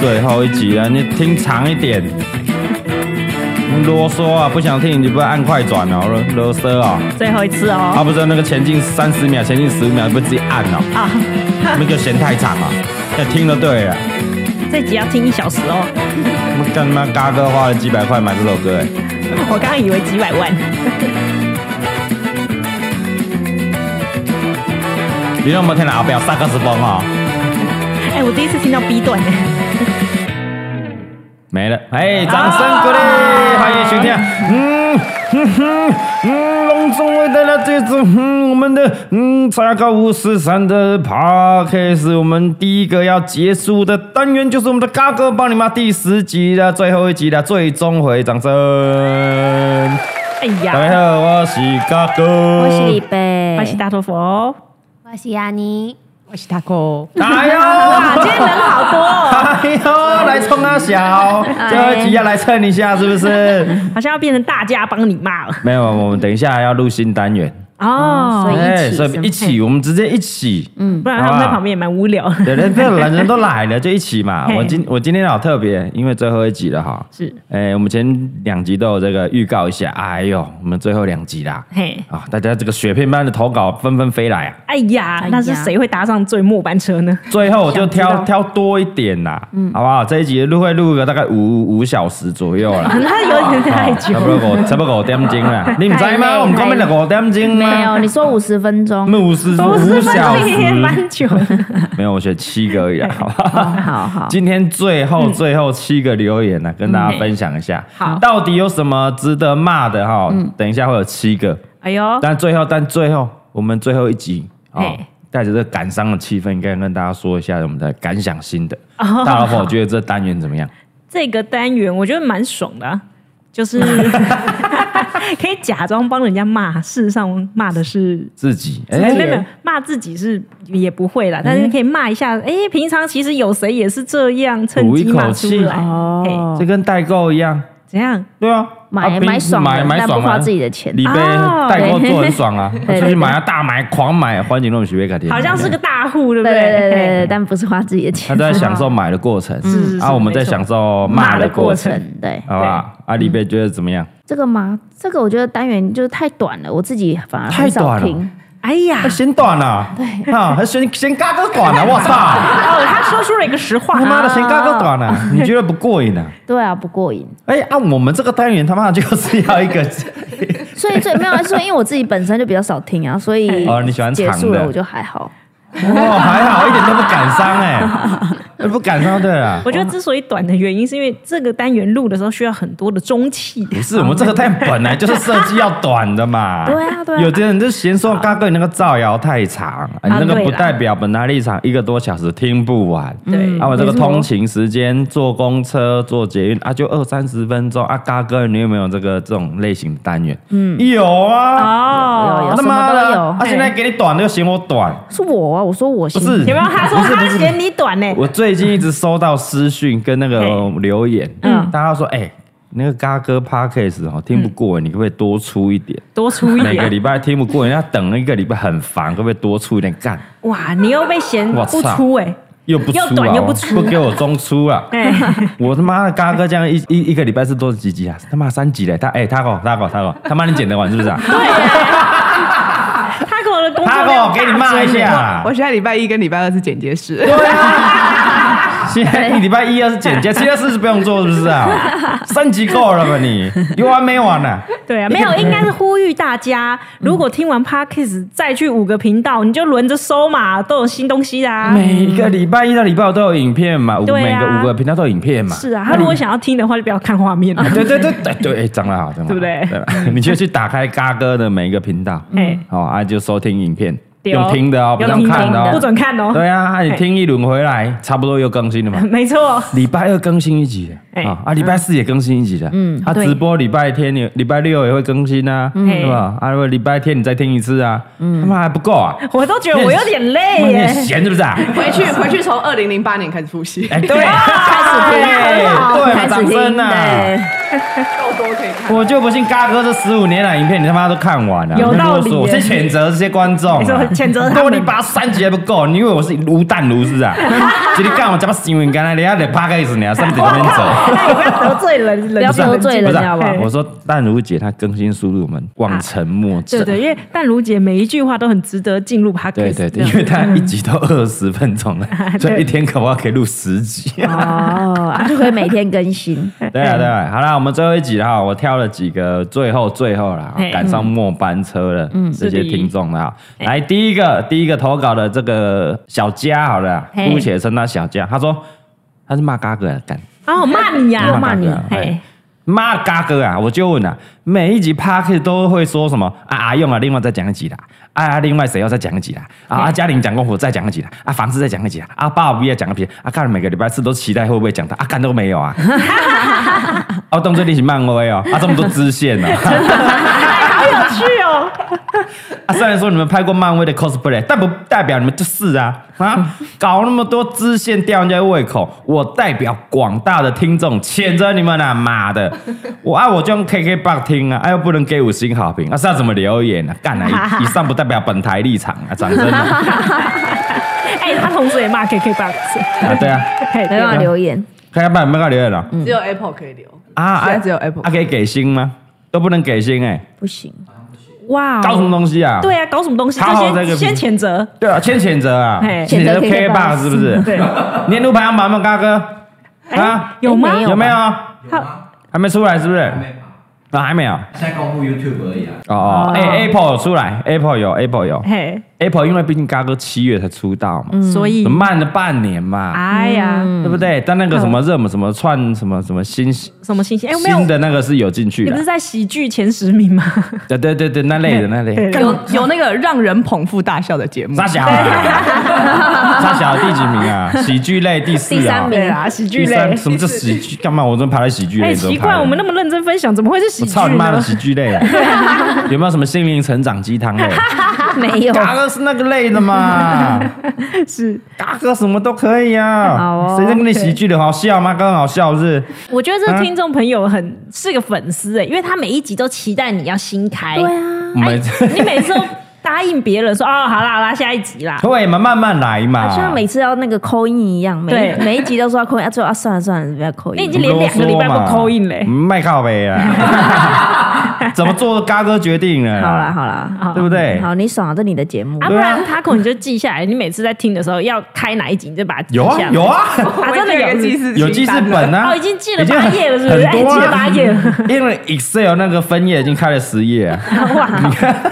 最后一集啊了，你听长一点。你啰嗦啊，不想听你不要按快转哦，啰啰嗦啊、最后一次哦。哦。啊，不是那个前进三十秒、前进十五秒，你不自己按哦，啊，那个嫌太长啊。要听就对啊了，这集要听一小时哦。我干妈嘎哥花了几百块买这首歌哎。我刚刚以为几百万。你有没有听到后边有萨克斯风啊、哦？哎，我第一次听到 B 段呢。没了，哎，掌声鼓励，欢迎收听。嗯嗯哼嗯，隆重为大家介绍嗯我们的嗯查高五十三的 podcast，我们第一个要结束的单元就是我们的嘎哥帮你妈第十集的最后一集的最终回，掌声。哎大家呀，好，我是嘎哥，我是李贝，巴西大陀佛，哦我是亚尼，我是大哥。哎哇，今呦，天人好多哦，哎呦，来冲啊小，最后一集要来蹭一下，是不是？好像要变成大家帮你骂了。没有，我们等一下要录新单元，嗯哦所以一起哎所什以么一起，我们直接一起。嗯，不然他们在旁边也蛮无聊。对对对，人人都来了就一起嘛。嘿我今我今天好特别，因为最后一集了哈。是，哎，我们前两集都有这个预告一下。哎呦，我们最后两集啦。 嘿，啊，大家这个雪片般的投稿纷纷飞来啊！哎呀哎呀，那是谁会搭上最末班车呢？ 最后我就挑想知挑多一点啦，好不好？这一集录会录个大概五五小时左右啦，那有点 太哦久差。不多五差不多五点钟啦。你唔知太吗？累我们讲太咩累了五点钟吗？没有，你说五十分 钟，那五十都是五小也时，蛮久的， 没有，我选七个而已啦，啊好不好？好好，嗯今天最后最后七个留言呢、跟大家分享一下，好到底有什么值得骂的哈？嗯等一下会有七个，哦哎呦，但最后但最后我们最后一集啊嘿，带着这个感伤的气氛，应该跟大家说一下我们的感想心得。哦大老婆觉得这单元怎么样？哦这个单元我觉得蛮爽的啊、就是 可以假装帮人家骂，事实上骂的是。自己哎嗯没有没有没有，骂自己是也不会啦，但是可以骂一下。哎、平常其实有谁也是这样，趁吐一机骂口出气来。哦这跟代购一样，怎样？对啊，买啊比买爽的买买但爽不花啊自己的钱李贝哦代购对做很爽 啊，对对出去买啊，大买狂买，欢迎弄许贝卡天，好像是个大户，对不对对对嘿对对，但不是花自己的他钱，都在 享受买的过程，是是啊，是我们在没错享受骂的过程，程，对好不好？啊，李贝觉得怎么样？这个吗？这个我觉得单元就是太短了，我自己反而很太短少了听，哎 呀他，嫌短了，对，啊，还嫌嫌嘎哥短了，我操！哦，他说出了一个实话他。妈的，嫌嘎哥短了，你觉得不过瘾啊？对啊，不过瘾，哎，按我们这个单元他妈就是要一个，所以所以没有啊，所以因为我自己本身就比较少听啊，所以哦你喜欢结长束的了我就还好，哇，还好一点都不感伤哎，不感伤对了。我觉得之所以短的原因，是因为这个单元录的时候需要很多的中气。不是，我们这个太本来就是设计要短的嘛。对啊对啊有的人就嫌说嘎哥你那个造谣太长，啊你那个对不啦代表本来立场一个多小时听不完。对啊，我这个没错通勤时间坐公车、坐捷运啊，就二三十分钟啊。嘎哥，你有没有这个这种类型的单元？嗯，有啊。哦，有有他妈什么都的！有啊，嘿现在给你短就嫌我短，是我啊，我说我不先是？有没有？他说他嫌你短呢、 我最近一直收到私讯跟那个嘿留言，嗯大家说，哎，那个嘎哥 podcast 哦听不过，你可不可以多出一点？多出一每个点。礼拜听不过，人家等一个礼拜很烦，可不可以多出一点干？哇，你又被嫌我不操出哎、又不出啊，又短又不出给我中出 啊！哎，我他妈的嘎哥这样一一一个礼拜是多少几集啊？他妈三集嘞！他哎，他狗他狗他狗，他妈你剪得完是不是啊？他给我的工作他量狗给你骂一下我，现在礼拜一跟礼拜二是剪接室，啊现在一礼拜一要是 剪接，其他事是不用做是不是啊？三集够了吧你？有完没完呢？对啊，没有，应该是呼吁大家，如果听完 Parkes 再去五个频道，你就轮着收嘛，都有新东西的啊。每一个礼拜一到礼拜五都有影片嘛，五对每啊个五个频道都有影片嘛。是啊，他如果想要听的话，就不要看画面了。对对对对对，哎，长得好，长得好对不对吧？你就去打开嘎哥的每一个频道，哎，好、啊，就收听影片。对哦用听的哦不用用听看的哦不准看哦。对啊，你听一轮回来，差不多又更新了嘛。没错，礼拜二更新一集的哎啊，啊，礼拜四也更新一集的，嗯，啊，对嗯直播礼拜天也，礼拜六也会更新啊，对吧？啊，如果礼拜天你再听一次啊，他妈还不够啊，我都觉得我有点 累妈你很耶。闲是不是啊？回去 回去从二零零八年开始复习，哎，对，啊开始听好对嘛，开始掌听声呐！对 够多可以看。我就不信嘎哥这十五年来影片你他妈都看完了，有你道理啰嗦我耶是谴责这些观众啊，你说谴责他们如果你把三集还不够，你以为我是卤蛋炉 是啊？今天干我他妈新闻干了，人家得八个啊意思呢，上面在那边走。哎不要得罪人，不不要得罪不人是好不啊好？我说淡如姐她更新速度我们望尘莫对及。对，因为淡如姐每一句话都很值得进入 p o d c 啊对 a 对对因为她一集都二十分钟 了，所以一天可不可以录十集？哦，啊就可以每天更 新。对啊对啊，好啦，我们最后一集了哈，我挑了几个最后最后啦嘿，赶上末班车了，这些是的听众了哈。来第一个第一个投稿的这个小佳好了啦，嘿姑且称她小佳，她说她是骂嘎哥的，干啊，哎我骂 你呀，骂你嘿，妈嘎哥啊，我就问啊，每一集 p a r k 都会说什么啊啊用啊，另外再讲一集啦，啊啊另外谁要再讲一集啦，哎啊啊嘉玲讲功夫再讲一集啦，啊房子再讲一集啦，啊爸爸也讲一集，啊看每个礼拜四都期待会不会讲到，啊看都没有 啊，哦当这里是漫威哦，啊这么多支线呢、啊，好有趣哦。啊虽然说你们拍过漫威的 cosplay，但不代表你们就是啊啊搞那么多支线吊人家胃口，我代表广大的听众谴责你们啊妈的！我啊，我就用 KK b o x 听啊，哎、又不能给五星好评，啊，是要怎么留言啊？干啊！以以上不代表本台立场啊，掌声啊！ 哎，他同时也骂 KKBOX，啊对啊嘿没办法留言， ，KK b o x 没有留言了、只有 Apple 可以留，啊啊，嗯现在只有 Apple 啊，可以给星吗？都不能给星哎、不行，哇哦，搞什么东西啊？对啊，搞什么东西？好好就这个先先谴责，对啊，先谴责啊，嘿谴责谴责 KK b o KKBOX x 是不是？对，年度排行榜吗，嘎哥啊哎，，有吗？没有没有？他还没出来是不是？啊，还没有。现在公布 YouTube 而已啊。哦哦哦，哎、a p p l e 出来，Apple 有，Apple 有嘿， ，Apple 因为毕竟嘎哥七月才出道嘛，所以慢了半年嘛，哎呀，对不对？但那个什么热门什么串什么什么新新什么信息？哎，没有，的那个是有进去你不是的，在喜剧前十名吗？对对对对，那类的那类的。对有有那个让人捧腹大笑的节 目沙，小啊， 沙小第几名啊？喜剧类第四啊，第三名对 啊，喜剧第类三。什么是喜剧？干嘛？我真排在喜剧类哎，中排的。奇怪，我们那么认真分享，怎么会是喜我剧操你妈的呢？喜剧类啊！ 有没有什么心灵成长鸡汤类？没有。嘎哥是那个类的嘛？哦 是，嘎哥什么都可以好啊，哦谁在跟你喜剧的好笑吗？刚刚好笑是不是？我觉得啊这听众朋友很是个粉丝哎，因为他每一集都期待你要新开，对啊，我们 你每次都答应别人说哦，好啦好啦，下一集啦， 对嘛，慢慢来嘛。就像每次要那个扣印一样，每对每一集都说要扣印，啊，最后啊算了算了，不要扣那已印。经连两个礼拜啰嗦嘛嗯不扣印嘞，卖靠背啊！ 怎么做嘎哥决定了？好啦，好啦，对不对？好，你爽啊，这你的节目啊，不然 Taco 你就记下来，你每次在听的时候要开哪一集，你就把它记有啊下来有 啊，啊，真的有是不是事有记事本啊！哦，已经记了已经八很页了，是不是？哎，很记多啊了八 页了，因为 Excel 那个分页已经开了十页啊， 哇，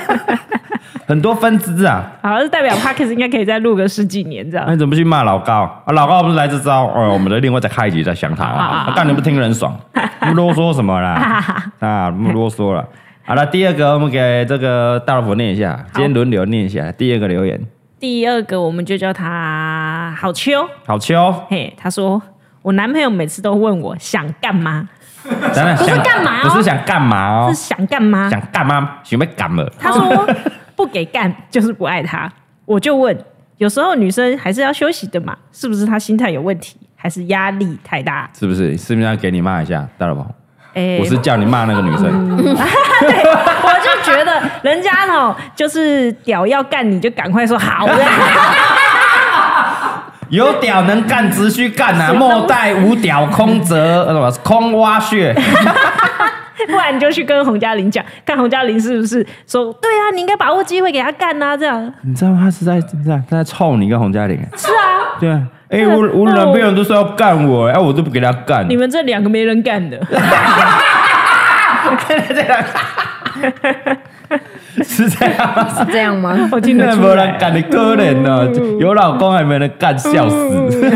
很多分支啊。好，这代表 Parkes 应该可以再录个十几年这那样。你怎么不去骂老高啊？老高不是来这招？哦，我们的另外再开一集再详谈好好啊好！但你不听人爽，不啰嗦什么啦？啊，不啰嗦了。好了，第二个我们给这个大老婆念一下，今天轮流念一下。第二个留言，第二个我们就叫他好秋，好哦秋，嘿，他说我男朋友每次都问我想干嘛，咱俩不是想干嘛哦不是想干嘛哦是，想干嘛？想哦干嘛？想被干了？他说 不给干就是不爱他，我就问，有时候女生还是要休息的嘛，是不是她心态有问题，还是压力太大？是不是？是不是要给你骂一下大老婆？哎、我是叫你骂那个女生， 我就觉得人家哦，就是屌要干你就赶快说 好啦，有屌能干，直须干呐！莫待无屌空折，呃什么空挖穴。不然你就去跟洪嘉玲讲，看洪嘉玲是不是说对啊，你应该把握机会给他干啊，这样你知道吗他是在怎么样？他在臭你跟洪嘉玲。是啊，对啊，哎、我我男朋友都说要干我，哎、我都不给他干。你们这两个没人干 的，是这样吗？是这样吗？我听真得的出没来人。干的可怜呢，有老公还没人干，笑死。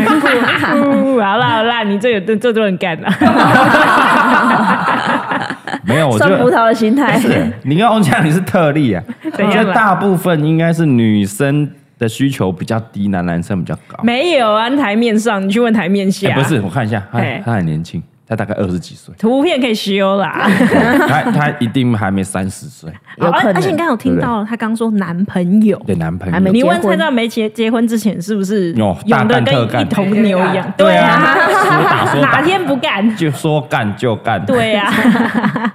嗯好啦好啦，你这有这这都能干啊。没有，我觉酸葡得萄的 心态，是你跟欧嘉你是特例啊，怎我样觉得啦大部分应该是女生的需求比较低，男男生比较高。没啊有啊，台面上你去问台面哎下，不是，我看一下，他哎，他很年轻，他大概二十几岁图片可以修啦。 他他一定还没三十岁有可而能而且你刚刚有听到了，他刚说男朋友，的男朋还没友。你问结婚蔡照没结结婚之前是不是哦大勇的干特跟干一头牛一样？对对啊啊，说打说打哪天不干？ 就说干就干，对 啊，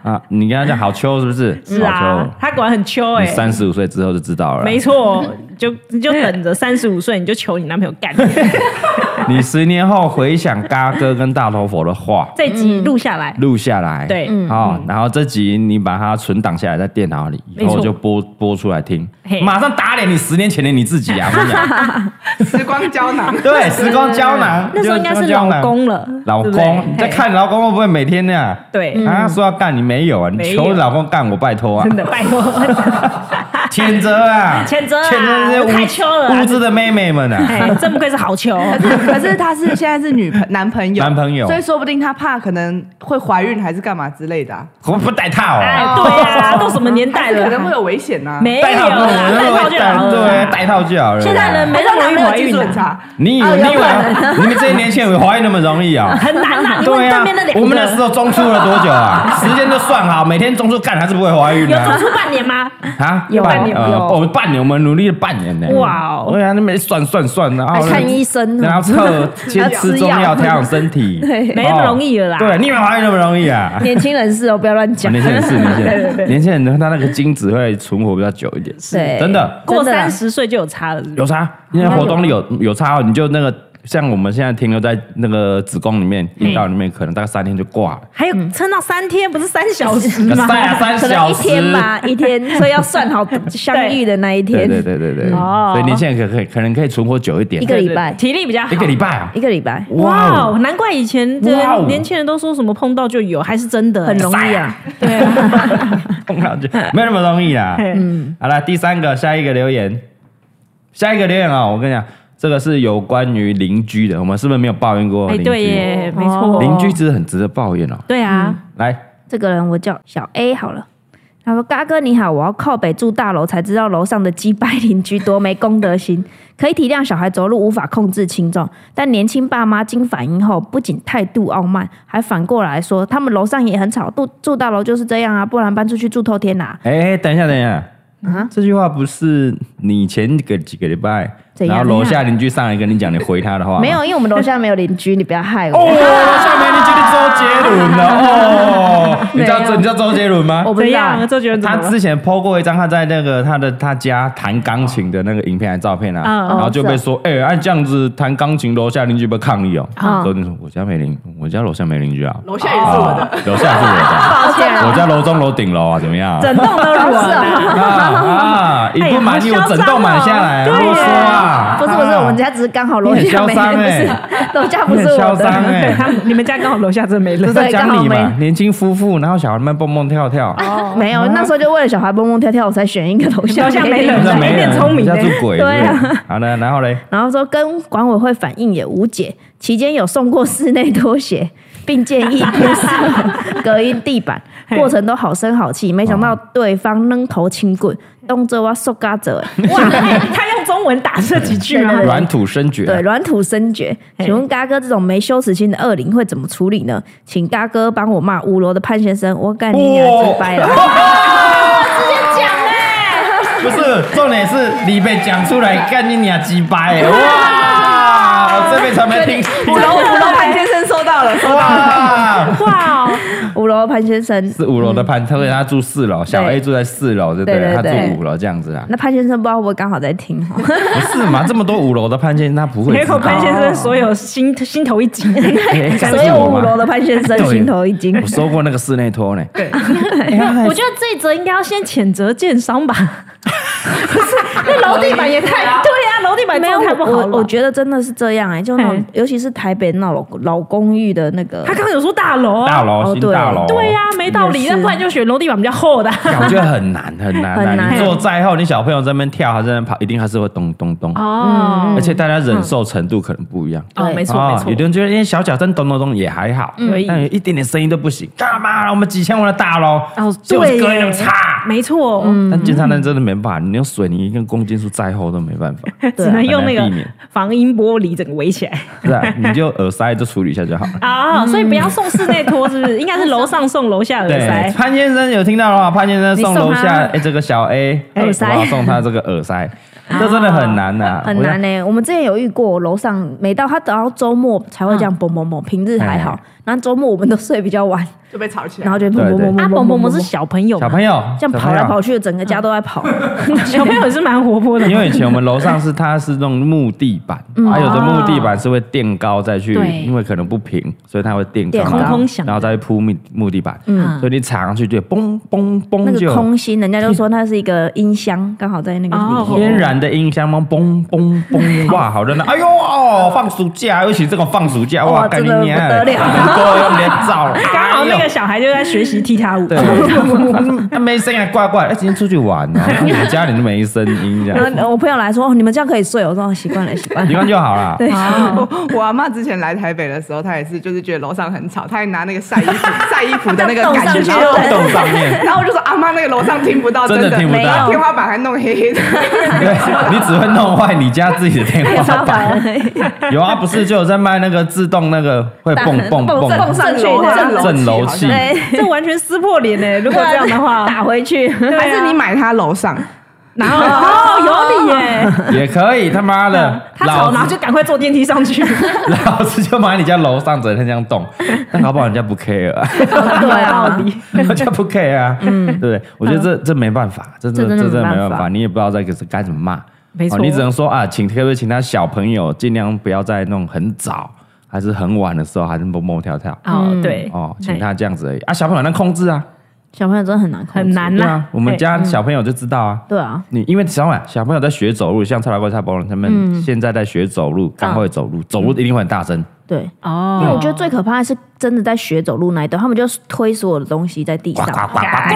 啊，你跟他讲好秋是不是？是好啊，他管很秋秋，哎你，三十五岁之后就知道了。没，错，就你就等着三十五岁你就求你男朋友 干。你十年后回想嘎哥跟大头佛的话， 这集录下来，录下来，对好，然后这集你把它存档下来在电脑里，以没错后就播播出来听嘿，马上打脸你十年前的你自己啊！我跟你讲，时光胶囊对，时光胶囊，那时候应该是老公了，老对不对公，你在看老公会不会每天那样？对啊，说要干你没有啊，你没有求你老公干我，拜托啊，真的拜 托，谴责啊，谴责啊谴责这些无太秋了啊无知的妹妹们啊，哎，真不愧是好球， 可是他是现在是女朋男朋友，男朋友所以说不定他怕可能会怀孕还是干嘛之类的啊，我不戴套哎啊，，对啊，都什么年代但是了，可哎能会有危险啊呐。哎没有戴套啦，戴套就好对，了，戴套就好了。现在人没还是那么容男易朋怀友技孕术啊很差，你以为你以为你们这些年轻人以为怀孕那么容易啊？很 难 呐，你对问啊对面那两，个，我们那时候中出了多久 啊？时间都算好，每天中出干还是不会怀孕有做啊？出半年吗？啊，有半有年，呃有我们半年，我们努力了半年呢。哇哦对啊，那边算算算，啊然还后看医生然后呢，测先吃中 还药要吃药调养身体，对没那么容易了啦哦对，你以为怀孕那么容易啊？年轻人是哦，不要乱讲年。轻人是年轻 对对人，对年轻人他那个精子会存活比较久一点，对真的过真的啦三十岁就有差了，是不是有差，因为活动力有有差哦，你就那个像我们现在停留在那个子宫里面、阴道里面，可能大概三天就挂了。还有撑到三天，不是三小时吗？三啊三 可能小一时，天吧，一天，所以要算好相遇的那一对 天，对对对对，哦所以年轻人可可以可能可以存活久一点一，个礼拜哎对对对体力比较好，一个礼。拜啊，一个礼拜，哇哦，难怪以前哇哦的年轻人都说什么碰到就有，还是真的很容易啊。啊。对啊，碰到就没有那么容易 啊。嗯好了，第三个，下一个留言，下一个留言啊，我跟你讲，这个是有关于邻居的，我们是不是没有抱怨过哎，哦邻对居？耶，没错，邻居真的很值得抱怨哦。对啊，来，这个人我叫小 A 好了。他说：“嘎哥你好，我要靠北住大楼，才知道楼上的鸡掰邻居多没公德心。 可以体谅小孩走路无法控制轻重，但年轻爸妈经反应后，不仅态度傲慢，还反过来说他们楼上也很吵，住住大楼就是这样啊，不然搬出去住透天啊。哎，等一下，等一下。啊，这句话不是你前个几个礼拜，怎然样后楼下邻居上来跟你讲，你回他的话吗没有，因为我们楼下没有邻居，你不要害我。哦，下面你就是周杰伦了 哦。你知没道有你知道周杰伦吗？我不怎知道样？，周杰伦 怎他么了？之前 PO 过一张他在那个他的他家弹钢琴的那个影片还照片啊，嗯然后就被哦说，哎、按、这样子弹钢琴，楼下邻居不抗议哦。嗯周杰伦说，我家没邻，我家楼下没邻居啊，楼下也是我的，的，楼下是我 抱歉的，我家楼中楼顶楼啊，怎么样？整栋都是我的，啊啊！哎一不满意我整栋买下来，哎呀好啰嚣张哦嗦啊！不是不是，啊我们家只是刚好楼你很下嚣没，张欸不是 楼下不是你很我嚣张的，哎对他们你们家刚好楼下真没这人是。在讲你对刚嘛好，哦年轻夫妇，然后小孩们蹦蹦跳跳， 没有，那时候就为了小孩蹦蹦跳跳，我才选一个楼下楼下没人人真的的。没人变聪明你了家住鬼是不是对啊好的，然后嘞，然后说跟管委会反映也无解，期间有送过室内拖鞋，并建议铺设隔音地 板，嘿过程都好声好气，没想到对方扔头轻棍，动作哇受嘎者， 哇， 啊哎他用中文打这几句吗对？软土生绝，啊对，软土生绝。嘿请问嘎哥这种没羞耻心的恶灵会怎么处理呢？请嘎哥帮我骂五楼的潘先生，我干你娘鸡掰了！哦不是，重点是你被讲出来，干你娘鸡巴 哎！哇，我这辈子还没听五楼五楼潘先生收到 了，收到了。哇！哇哦， 五楼的潘先生，是五楼的潘特，他住四楼，小 A 对住在四楼，对不对？对对他住对五楼这样子啊？那潘先生不知道会不会刚好在听 哦？不是嘛？这么多五楼的潘先生，他不会结知果道。潘先生所有心心头一紧， 哎敢所是有我五吗楼的潘先生对心头一惊我。收过那个室内拖呢。对，哎我觉得这一则应该要先谴责建商吧。楼地板也太对呀、啊，楼楼地板没有，真的太不我好我我了。觉得真的是这样哎、就那种嘿尤其是台北那种老老公寓的那个他，刚刚有说大楼啊，大楼哦新对大楼，对呀，没道理，也是那不然就选楼地板比较厚的啊。我觉得很难很难啊很难你做再厚，你小朋友在那边跳，还在那边跑，一定还是会咚咚咚。哦而且大家忍受程度可能不一样。哦，没错没啊，错嗯有的，人觉得，因为小脚声咚咚咚也还好，可以但有一点点声音都不行，干嘛？我们几千万的大楼，哦就对嗯是耶隔音那么差。没错，但建商单真的没办法，你用水泥跟公斤数再厚都没办法，只能 用那很难避个免防音玻璃整个围起来。是吧？你就耳塞就处理一下就好了。啊，所以不要送室内拖，是不是？应该是楼上送楼下耳对，塞。潘先生有听到的话，潘先生送楼你送下他哎这个小 A 耳塞啊我要送他这个耳 塞，这真的很难啊呐，很难呢、我们之前有遇过，楼上每到他等到周末才会这嗯样嘣嘣嘣，平日还好哎，然后周末我们都睡比较 晚，就被吵起来然。后就嘣对嘣对嘣啊，萌嘣嘣萌嘣萌嘣是小朋友我。小嘛，朋友这样跑来跑去，整个家都在跑。嗯小朋友是蛮活泼的嘛。因为以前我们楼上是它是那种木地板，嗯还哦有的木地板是会垫高再去对，因为可能不平，所以它会垫高，垫高空空响的然后再铺木木地板，嗯所以你踩上去就嘣嘣那嘣就个有空心，人家就说那是一个音箱，刚好在那个哦里天面。然的音箱吗？嘣嘣 嘣，哇，好热闹！哎呦，哦放暑假，尤其这种放暑假，哇，哇干哦真你哎娘的不得了对，要连照了， 刚好那哎个呦。小孩就在学习踢踏舞，对， 那没声音还怪怪的，哎，今天出去玩呢，你们家里就没声音这样， 然后我朋友来说，哦，你们这样可以睡，我说哦习惯了，习惯习了。惯就好了。哦 我我阿妈之前来台北的时候，她也是，就是觉得楼上很吵，她还拿那个晒衣服、晒衣服的那个动上杆去子，然然后后洞上面，然后我就说阿妈那个楼上听不到，真的的听不到然后天花板还弄黑黑的，对你只会弄坏你家自己的天 花 超板。有啊，不是就有在卖那个自动那个会蹦蹦蹦 蹦上去的震楼楼器 器，对，啊这完全撕破脸哎！如果这样的话，打回去。还是你啊买它楼上？然后哦，有理耶，也可以，他妈的，嗯他吵，老然后子就赶快坐电梯 上去。老子就买你家楼上整天这样动，但搞不好人家不 care 啊，对有道啊，理，人家不 care 啊，对不对？我觉得这这没办法，这这这真的这真的没没办办法，法你也不知道该该怎么骂，没错哦你只能说啊，请特别请他小朋友尽量不要在那种很早还是很晚的时候还是蹦蹦跳跳哦，对，哦，请他这样子而已啊，小朋友能控制啊，小朋友真的很难控制很。难对啦啊，。我们家小朋友就知道啊。对啊，你因为小朋友小朋友在学走路，像蔡老怪、蔡伯伦他们现在在学走路，刚会走路，走路一定会很大声。对。哦，因为我觉得最可怕的是真的在学走路那一段，他们就推所有的东西在地上，哎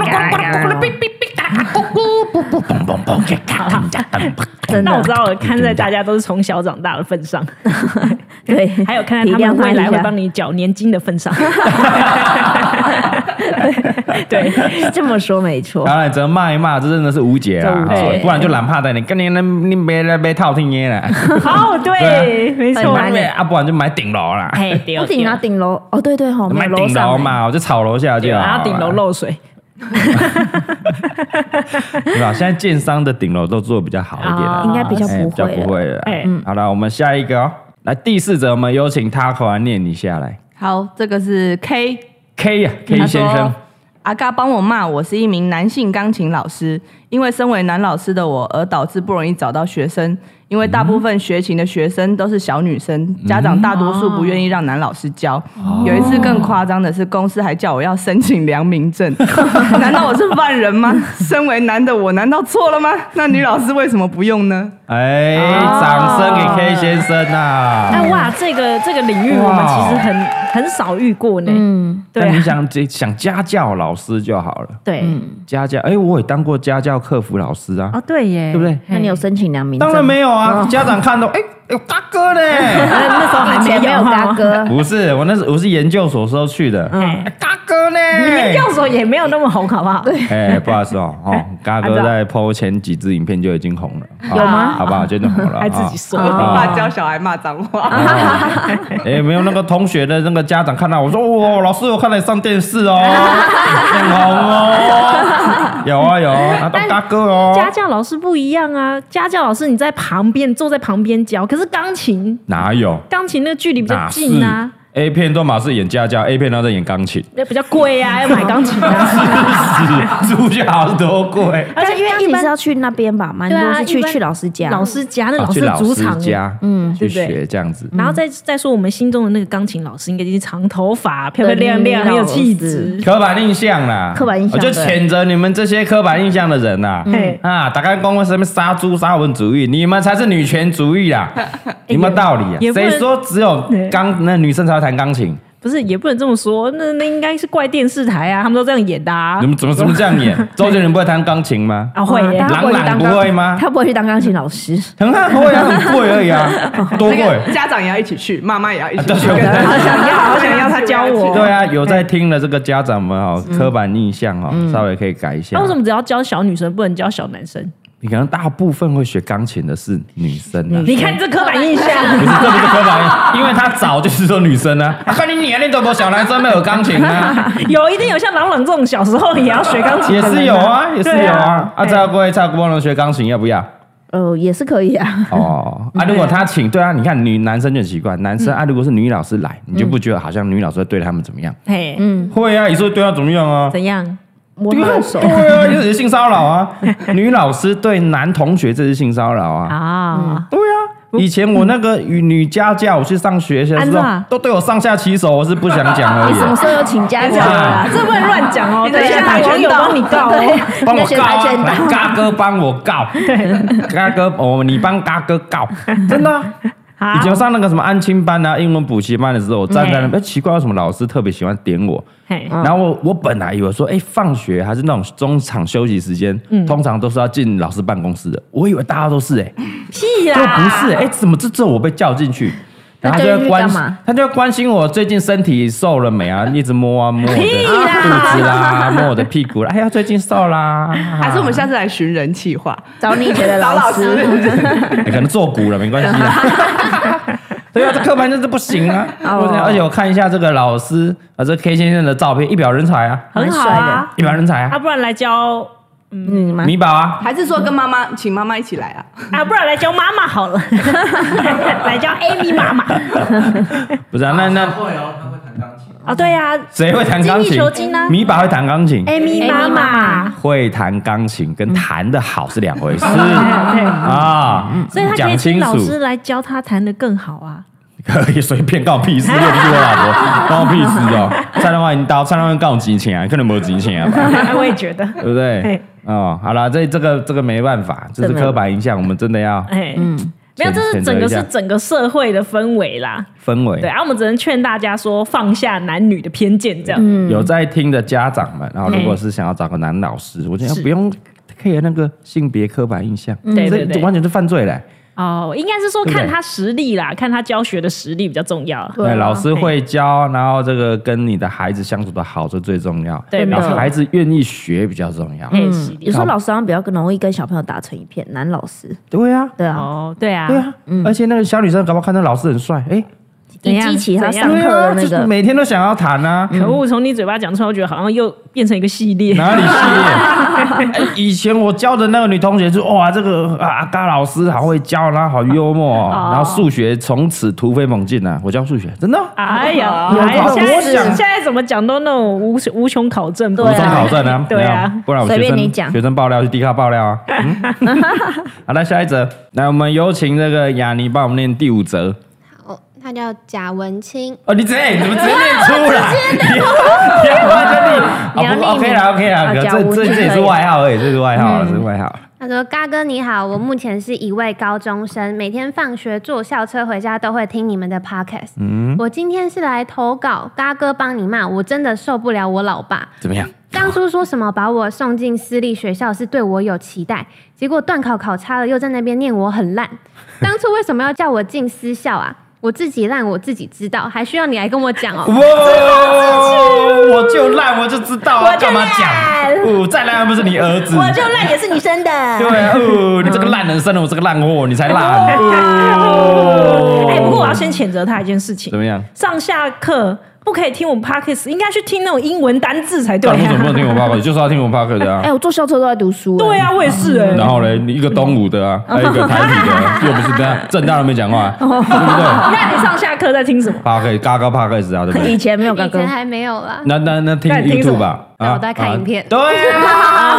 真那我知的道了，看在大家都是从小长大的份上，对， 还有看在他体谅们未来一会下帮你缴年金的份上，对， 这么说没错，当然，只能骂一骂，这真的是无解啦，这无解哈不然就懒怕带你，跟你那你别来别套听耶啦，哦，对，没很错，难耶啊，不然就买顶楼啦，哎，对不顶啊，顶楼哦，对对吼，没买有楼顶上楼欸，嘛，我就炒楼下就好了然后顶楼漏水，对吧？现在建商的顶楼都做的比较好一点啊哦，应该比较哎不比较会不了。会了。哎嗯，好了，我们下一个哦，来第四则，我们有请 Taco 来念一下来。好，这个是 K K 呀、k 他先生说，阿嘎帮我骂，我是一名男性钢琴老师，因为身为男老师的我，而导致不容易找到学生，因为大部分学琴的学生都是小女生，家长大多数不愿意让男老师教。哦有一次更夸张的是，公司还叫我要申请良民证， 难道我是犯 人吗？身为男的我，难道错了吗？那女老师为什么不用呢？哎、掌声给 K 先生啊！哎哇，这个这个领域我们其实很很少遇过呢，嗯，对那啊哎你想想家教老师就好了，对，嗯家教，哎、我也当过家教客服老师啊，哦对耶对不对？那你有申请良民证当吗？然没有啊，家长看到，哎、有大哥 呢。那那时候还以哦前没没啊有哈大，哥， 不是，我那时我是研究所时候去的，嗯哎嘎哥呢？你教授也没有那么红，好不好？对， 哎、不好意思哦，哦，嘎哥在 PO 前几支影片就已经红了，有吗好不好？真的红了， 还自啊己说我，不怕教小孩骂脏话。 哎、没有那个同学的那个家长看到我说，哦，老师，我看到你上电视哦，很红哦，有啊有啊， 拿到大哥哦，家教老师不一样啊，家教老师你在旁边坐在旁边教，可是钢琴哪有？钢琴那个距离比较哪是近啊。哎、 A 片都马是演家教，A 片然后再演钢琴， 那比较贵 啊，要买钢琴啊。是住家是多贵？而且因为一你是般要去那边吧，蛮对多啊是去一般去老师家，老师家那啊老去师老主师场，家，嗯，去学这样子。然后再再说我们心中的那个钢琴老师，应该就是长头发、漂漂亮亮、对很有气质。刻板印象啦，哦刻板印我象就对嗯谴责你们这些刻板印象的人呐、嘿啊，打开公会什么杀猪杀文主义，你们才是女权主义 啦，有没有道理啊哎也？不能谁说只有钢那女生才会弹钢琴？不是，也不能这么说，那那应该是怪电视台啊，他们都这样演的啊你。们怎么怎么这样 演？周杰伦不会弹钢琴吗？啊，会耶啊，他不会去朗当朗不会吗他不会去当钢琴老师，很好，会 啊，很贵而已啊，多那贵？个家长也要一起去，妈妈也要一起啊去，对跟好想要好想要他教我对啊，有在听的这个家长们哦，刻板印象哦，稍微可以改一下嗯那。为什么只要教小女生，不能教小男生？你可能大部分会学钢琴的是女生啊，你看这刻板印不象，是，这不是刻板印象，因为他早就是说女生啊，啊看你年龄怎么小男生没有钢琴啊，有一定有像朗朗这种小时候也要学钢 琴，也是有。啊，也是有对啊啊。啊，蔡国威、蔡国能学钢琴要不要？呃，也是可以啊。哦，啊，如果他请，对啊，你看女男生就很奇怪，男生啊，如果是女老师来，你就不觉得好像女老师会对他们怎么样？嘿，会啊，你说对他怎么样啊？怎样？嗯摸对他啊的手，对啊，就是性骚扰啊！女老师对男同学这是性骚扰啊！啊，对啊，以前我那个与女家教，我去上学的时安候娜，都对我上下其手，我是不想讲而 你已哎什么啊。时候有请家教哇啊？这不能乱讲哦，你等一下等一下网友帮你告哦。 对，帮我那些告 白啊！卷来，刀嘎哥帮我 告，嘎哥，哦，你帮嘎哥告，真的啊、以前我好，上那个什么安亲班啊、英文补习班的时候，我站嗯在那边，哎奇怪，为什么老师特别喜欢点我？嘿，然后我我本来以为说，哎、放学还是那种中场休息时间，嗯通常都是要进老师办公室的，我以为大家都是哎、屁就啦，不是哎、怎么这这我被叫进去？然后他就啊那叫进会去关干心嘛，他就会关心我最近身体瘦了没啊？一直摸啊摸我的屁肚子 啦，摸我的屁股啦。哎呀，最近瘦啦，还是我们下次来寻人气话，找你以前的 找老老师， 师。你可能做股了，没关系啦。 对啊，这刻板真是不行啊！哦我想而且我看一下这个老师啊，这 K 先生的照片，一表人才啊，很好啊，一表人才啊，啊，不然来教嗯吗？米宝啊，还是说跟妈妈，请妈妈一起来啊？啊，不然来教妈妈好了，来教 Amy 妈妈。不是啊，那那会哦，他会弹钢琴。啊，对呀、啊，谁会弹钢精益琴嗯求精啊？米宝会弹钢琴， Amy 妈妈，会弹钢琴跟弹的好是两回 事啊。所以她可以讲请清老楚师，来教她弹的更好 啊。可以随便告屁事，又不是我老婆，关我屁事哦。蔡老板，你到蔡老板告我几钱啊？可能没有几钱啊吧。我也觉得， 对不对嘿？哦，好了，这这个这个没办法，这是真的刻板印象，我们真的要哎，没有，这谴谴是整责个一下是整个社会的氛围啦。氛围。对啊，我们只能劝大家说放下男女的偏见，这样。有在听的家长们，然后如果嗯是想要找个男老师，我觉得是不用 care 那个性别刻板印象，嗯对对这对完全是犯罪嘞。哦，应该是说对不对看他实力啦，看他教学的实力比较重要。对啊老师会教，然后这个跟你的孩子相处的好，这最重要。对然后没错孩子愿意学比较重要。嗯，嗯，有时候老师好像比较容易跟小朋友打成一片，男老师，对啊，对啊，嗯哦，对啊，对啊，而且那个小女生搞不好看到老师很帅，哎，怎以样激起他怎样上对课啊，就的那是个，每天都想要谈啊。可恶，从你嘴巴讲出来，我觉得好像又变成一个系 列。哪里系列？以前我教的那个女同学就哇，这个啊阿嘎老师好会教，然后好幽默哦、哦然后数学从此突飞猛进啊！我教数学真的啊 哎呀，有哎呀考现在我想现在怎么讲都那种无无穷考证，无无从考证 啊，对啊没有，不然我学随便你生讲学生爆料去低咖爆料啊。嗯、 好了，下一则，来我们有请这个雅尼帮我们念第五则。好，哦他叫贾文清，哦，你直接你怎么直接念出来？ 你要完全你你要哦不匿名 OK 啦 OK 啦，啊可讲这无这忌这也可是以嗯外号而已，这是外号，这是外号。他说：“嘎哥你好，我目前是一位高中生，每天放学坐校车回家都会听你们的 podcast。我嗯嗯今天是来投稿，嘎哥帮你骂，我真的受不了我老爸。怎么样？当初说什么把我送进私立学校是对我有期待，结果断考考差了，又在那边念我 很烂。当初为什么要叫我进私校啊？我自己烂我自己知道，还需要你来跟我讲 哦。”哇！我就烂，我就知道啊，干嘛讲？哦，再烂又不是你儿子，我就烂也是你生的，对啊，哦，你这个烂人生了，我这个烂货，你才烂。哦哎哎，不过我要先谴责他一件事情怎，么样？上下课。不可以听我们 podcast，应该去听那种英文单字才对、但啊。为什么不能听我 p a r k 就是要听我 p a r k 的啊哎、。我坐校车都在读书、哎对啊，我也是哎、然后嘞，你一个东吴的啊，还有一个台体的啊，又不是这样，正大都没讲话，对不对那你上下课在听什么？ p a r k 嘎嘎 p a r k 啊，对不对以？前没有哥以哥前，还没有啦。那那那听那你听什 YouTube 么吧，那我都在看影片啊对啊，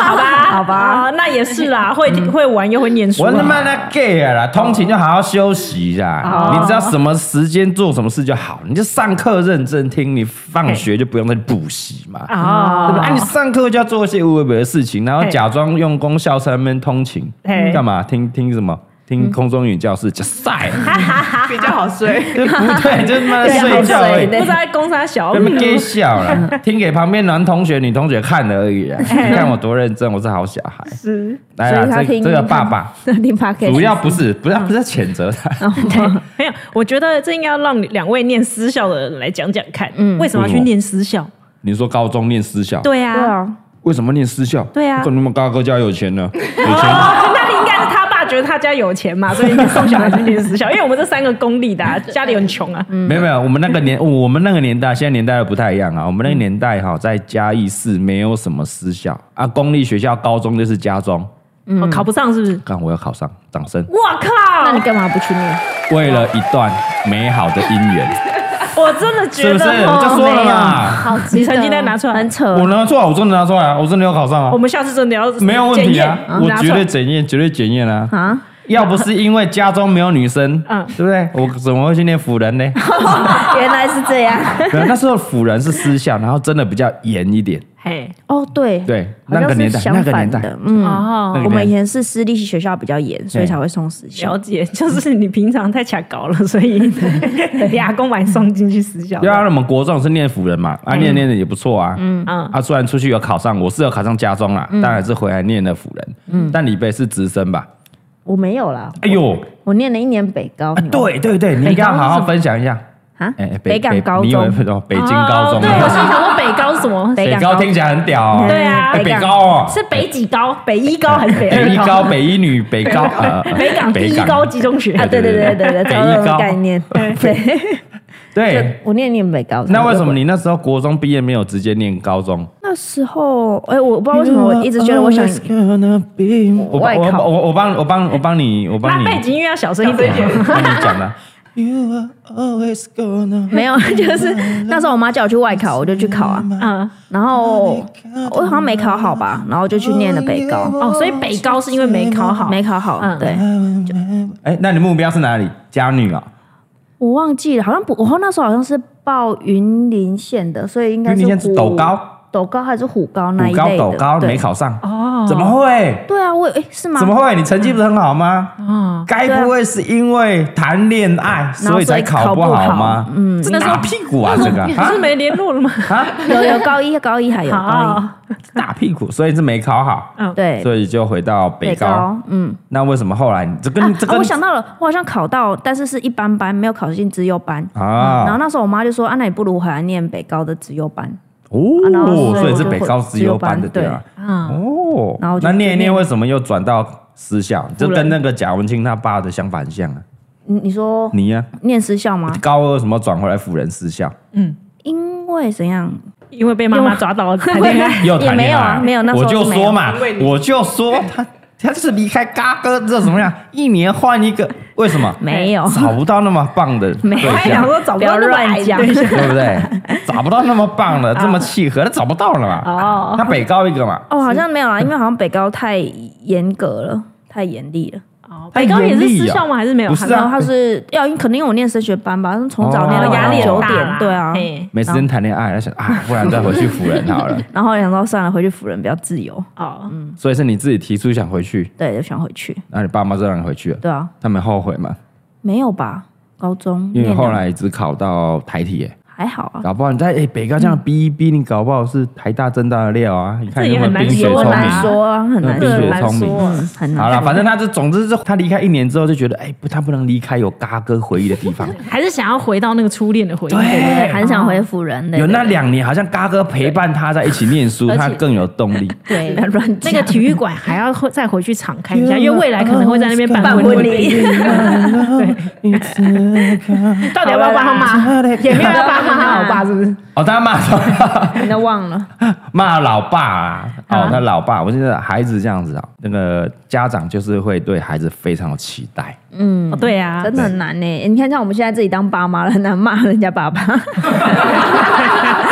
好吧，好吧、那也是嗯啦，会会玩又会念书、我啊。他妈的 gay 啊啦！哦通勤就好好休息一下，你知道什么时间做什么事就好，你就上课认真听，你放学就不用再补习嘛。对不啊对？啊，你上课就要做一些无为不为的事情，然后嘿假装用功校车在那边通勤嘿，嗯干嘛？听听什么？听空中语教室就 晒，比较好睡。就不对，就他妈哎的对睡觉好而睡已不。知道在攻杀小他们 gay 笑了， 听给旁边男同学、女同学看的而已啊！你看我多认真，我是好小孩。是来所以他啦，这听这个爸爸哎听 p o d c a 主要不是不嗯要不是在谴责他，没有，我觉得这应该要让两位念私校的人来讲讲看，嗯为什么要去念私校？你说高中念私校，对对啊，啊，为什么念私校？对啊跟你们高哥家有钱 呢，有钱。哦，那你应该是他爸觉得他家有钱嘛，所以你送小孩去念私校，因为我们这三个公立的、啊，嗯家里很穷啊。没有没有，我们那个年， 我们那个年代，现在年代又不太一样啊。我们嗯那个年代哈，在嘉义市没有什么私校啊，公立学校高中就是家中。嗯哦考不上是不是？看我要考上，掌声！我那你靠！干嘛不去念？为了一段美好的姻缘，我真的觉是得，不是？哦我就说了嘛，好，你成绩单拿出来，很扯，我拿出来，我真的拿出来啊，我真的有考上啊我，们下次真的要 没有问题检啊，嗯验我拿出绝来对检验，绝对检验啊。啊！要不是因为家中没有女生，嗯对不对？我怎么会去念辅 仁呢？原来是这样 对那时候辅仁是私校，然后真的比较严一点。嘿哦，对对好像那个年代是相那个反年代的，嗯，那哦个。我们年以前是私立学校比较严，所以才会送私校了。解，嗯就是你平常太卡搞了，所以俩公把你送进去私校。对啊，我们国中是念辅仁嘛，啊，嗯念念的也不错啊。嗯嗯啊，虽然出去有考上，我是有考上家中啦，嗯但还是回来念了辅仁。嗯，但李贝是直升吧？我没有啦，哎呦，哦我念了一年北高。啊，对对对，你应该要好好分享一下。啊哎，，北港高你以为中，哦北京高哦中对，我心啊，想说北高是什么？北北港高高听起来很屌哦。对啊哎北北港高哦，是北几高？北一高还是北北二一高、北一女、北高呃，呃北港第一高级中学啊啊，对对对对对，北这一种高概念，对，对。我念念北高。那为什么你那时候国中毕业没有直接念高中？那时候？哎，我不知道为什么我一直觉得我想，我帮外我考我我帮我帮我帮你我帮那你背景音乐要小声一点。帮你讲的。 没有，就是那时候我妈叫我去外考，我就去考啊。嗯，然后我好像没考好吧，然后就去念了北高，哦，所以北高是因为没考好。没考好，嗯对哎，那你目标是哪里？家女啊？我忘记了，好像不，我那时候好像是报云林县的，所以应该云林县是虎斗高、斗高还是虎高那五一高类的，斗高对没。考上，哦，怎么会？对啊，我哎是吗？怎么会？你成绩不是很好吗？哦，该不会是因为谈恋爱所以才考不好吗？嗯，这打屁股啊，这个你不啊是没联络了吗？啊有有高一高一还有高好，大屁股，所以是没考好，一，对所以就回到北高。，嗯那为什么后来你这啊跟这啊跟我想到了，我好像考到，但是是一般班，没有考进资优班。然后啊那时候我妈就说：“啊，那你不如回来念北高的资优班。啊然后哦，所以所我以是就北回高资自由优班班的对啊。嗯，哦，然后我就那去念一念念为什么又转到私校？就跟那个贾文清他爸的想法很像啊。你”你说你呀、念私校吗？高二什么转回来辅仁私 校，因为怎样？ 因为被妈妈抓到谈恋爱。又谈也没恋有爱啊，没有那时我候是就没有说嘛，我就说他他是离开嘎哥这怎么样？一年换一个，为什 么？没有找不到那么棒的哦 没有哎对象我还想。说找到那么矮的对象 对不对？ 找不到那么棒的，这么契合，那找不到了嘛啊哦。那北高一个嘛，哦，好像没有啦，因为好像北高太严格了，太严厉了。哦北高也是私校吗？还是没有？不是啊然后他是要，因可能因为我念升学班吧，从早念还到没哦有压晚力上九很大点，啦。对啊。嘿没时间谈恋爱，他想啊，不然再回去辅仁好 了。然后想说算了，回去辅仁比较自由，哦，所以是你自己提出想回去，对，就想回去。那你爸妈就让你回去了，对啊，他们后悔吗？没有吧？高中嗯因为念后两来只考到台体、耶，还好哦啊，搞不好你在哎、北高这样逼一逼，你搞不好是台大正大的料啊！你看嗯这有也没有很难冰雪说聪很啦明难？说啊，很那难冰这雪很难聪明说。嗯，很好难。了，反正他就总之是他离开一年之后就觉得，哎、不，他不能离开有嘎哥回忆的 地方。还是想要回到那个初恋的回忆。对对对，很想回辅仁的。有那两年，好像嘎哥陪伴他在一起念书，而且他更有动力。对， 不要乱那讲个体育馆还要会再回去敞开一下，因为未来可能会在那边办婚啊礼。对，到底要不要帮他骂？也没有要帮啊骂 我爸是不是？哦，他 骂什么 你都忘了？骂老爸啊！哦啊，他老爸，我觉得孩子这样子啊，那个家长就是会对孩子非常有期待。哦对啊，真的很难呢、欸你看，像我们现在自己当爸妈了，很难骂人家爸爸。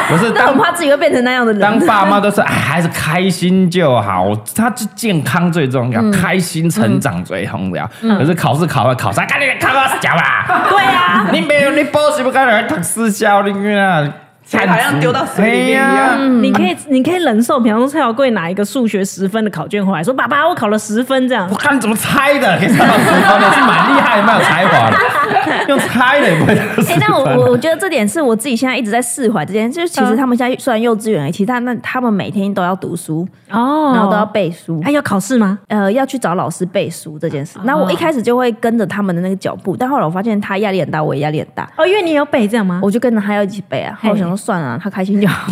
不是但我当怕自己会变啊成那样的人。当爸妈都是哎孩子开心就好，他就健康最重要，嗯开心成长最重要。可是考试考了考啥？赶紧考到死吧！对啊，你没有你报什么干了？读私校的啊！才好像丢到水里面一样哎啊呀你可以你可以忍受，比方说蔡小贵拿一个数学十分的考卷回来，说爸爸我考了十分这样我，看你怎么猜的，可以猜到十分的，是蛮厉害，蛮有才华的， 用猜的也不会得哎、十 但我分我我觉得这点是我自己现在一直在释怀这件事。就是其实他们现在虽然幼稚园而已，其实他们他们每天都要读书，哦然后都要背书，他要考试吗？呃，要去找老师背书这件事。那我一开始就会跟着他们的那个脚步，但后来我发现他压力很大，我也压力很大，哦，因为你有背这样吗？我就跟着他要一起背啊。后来我想说算了、他开心就好。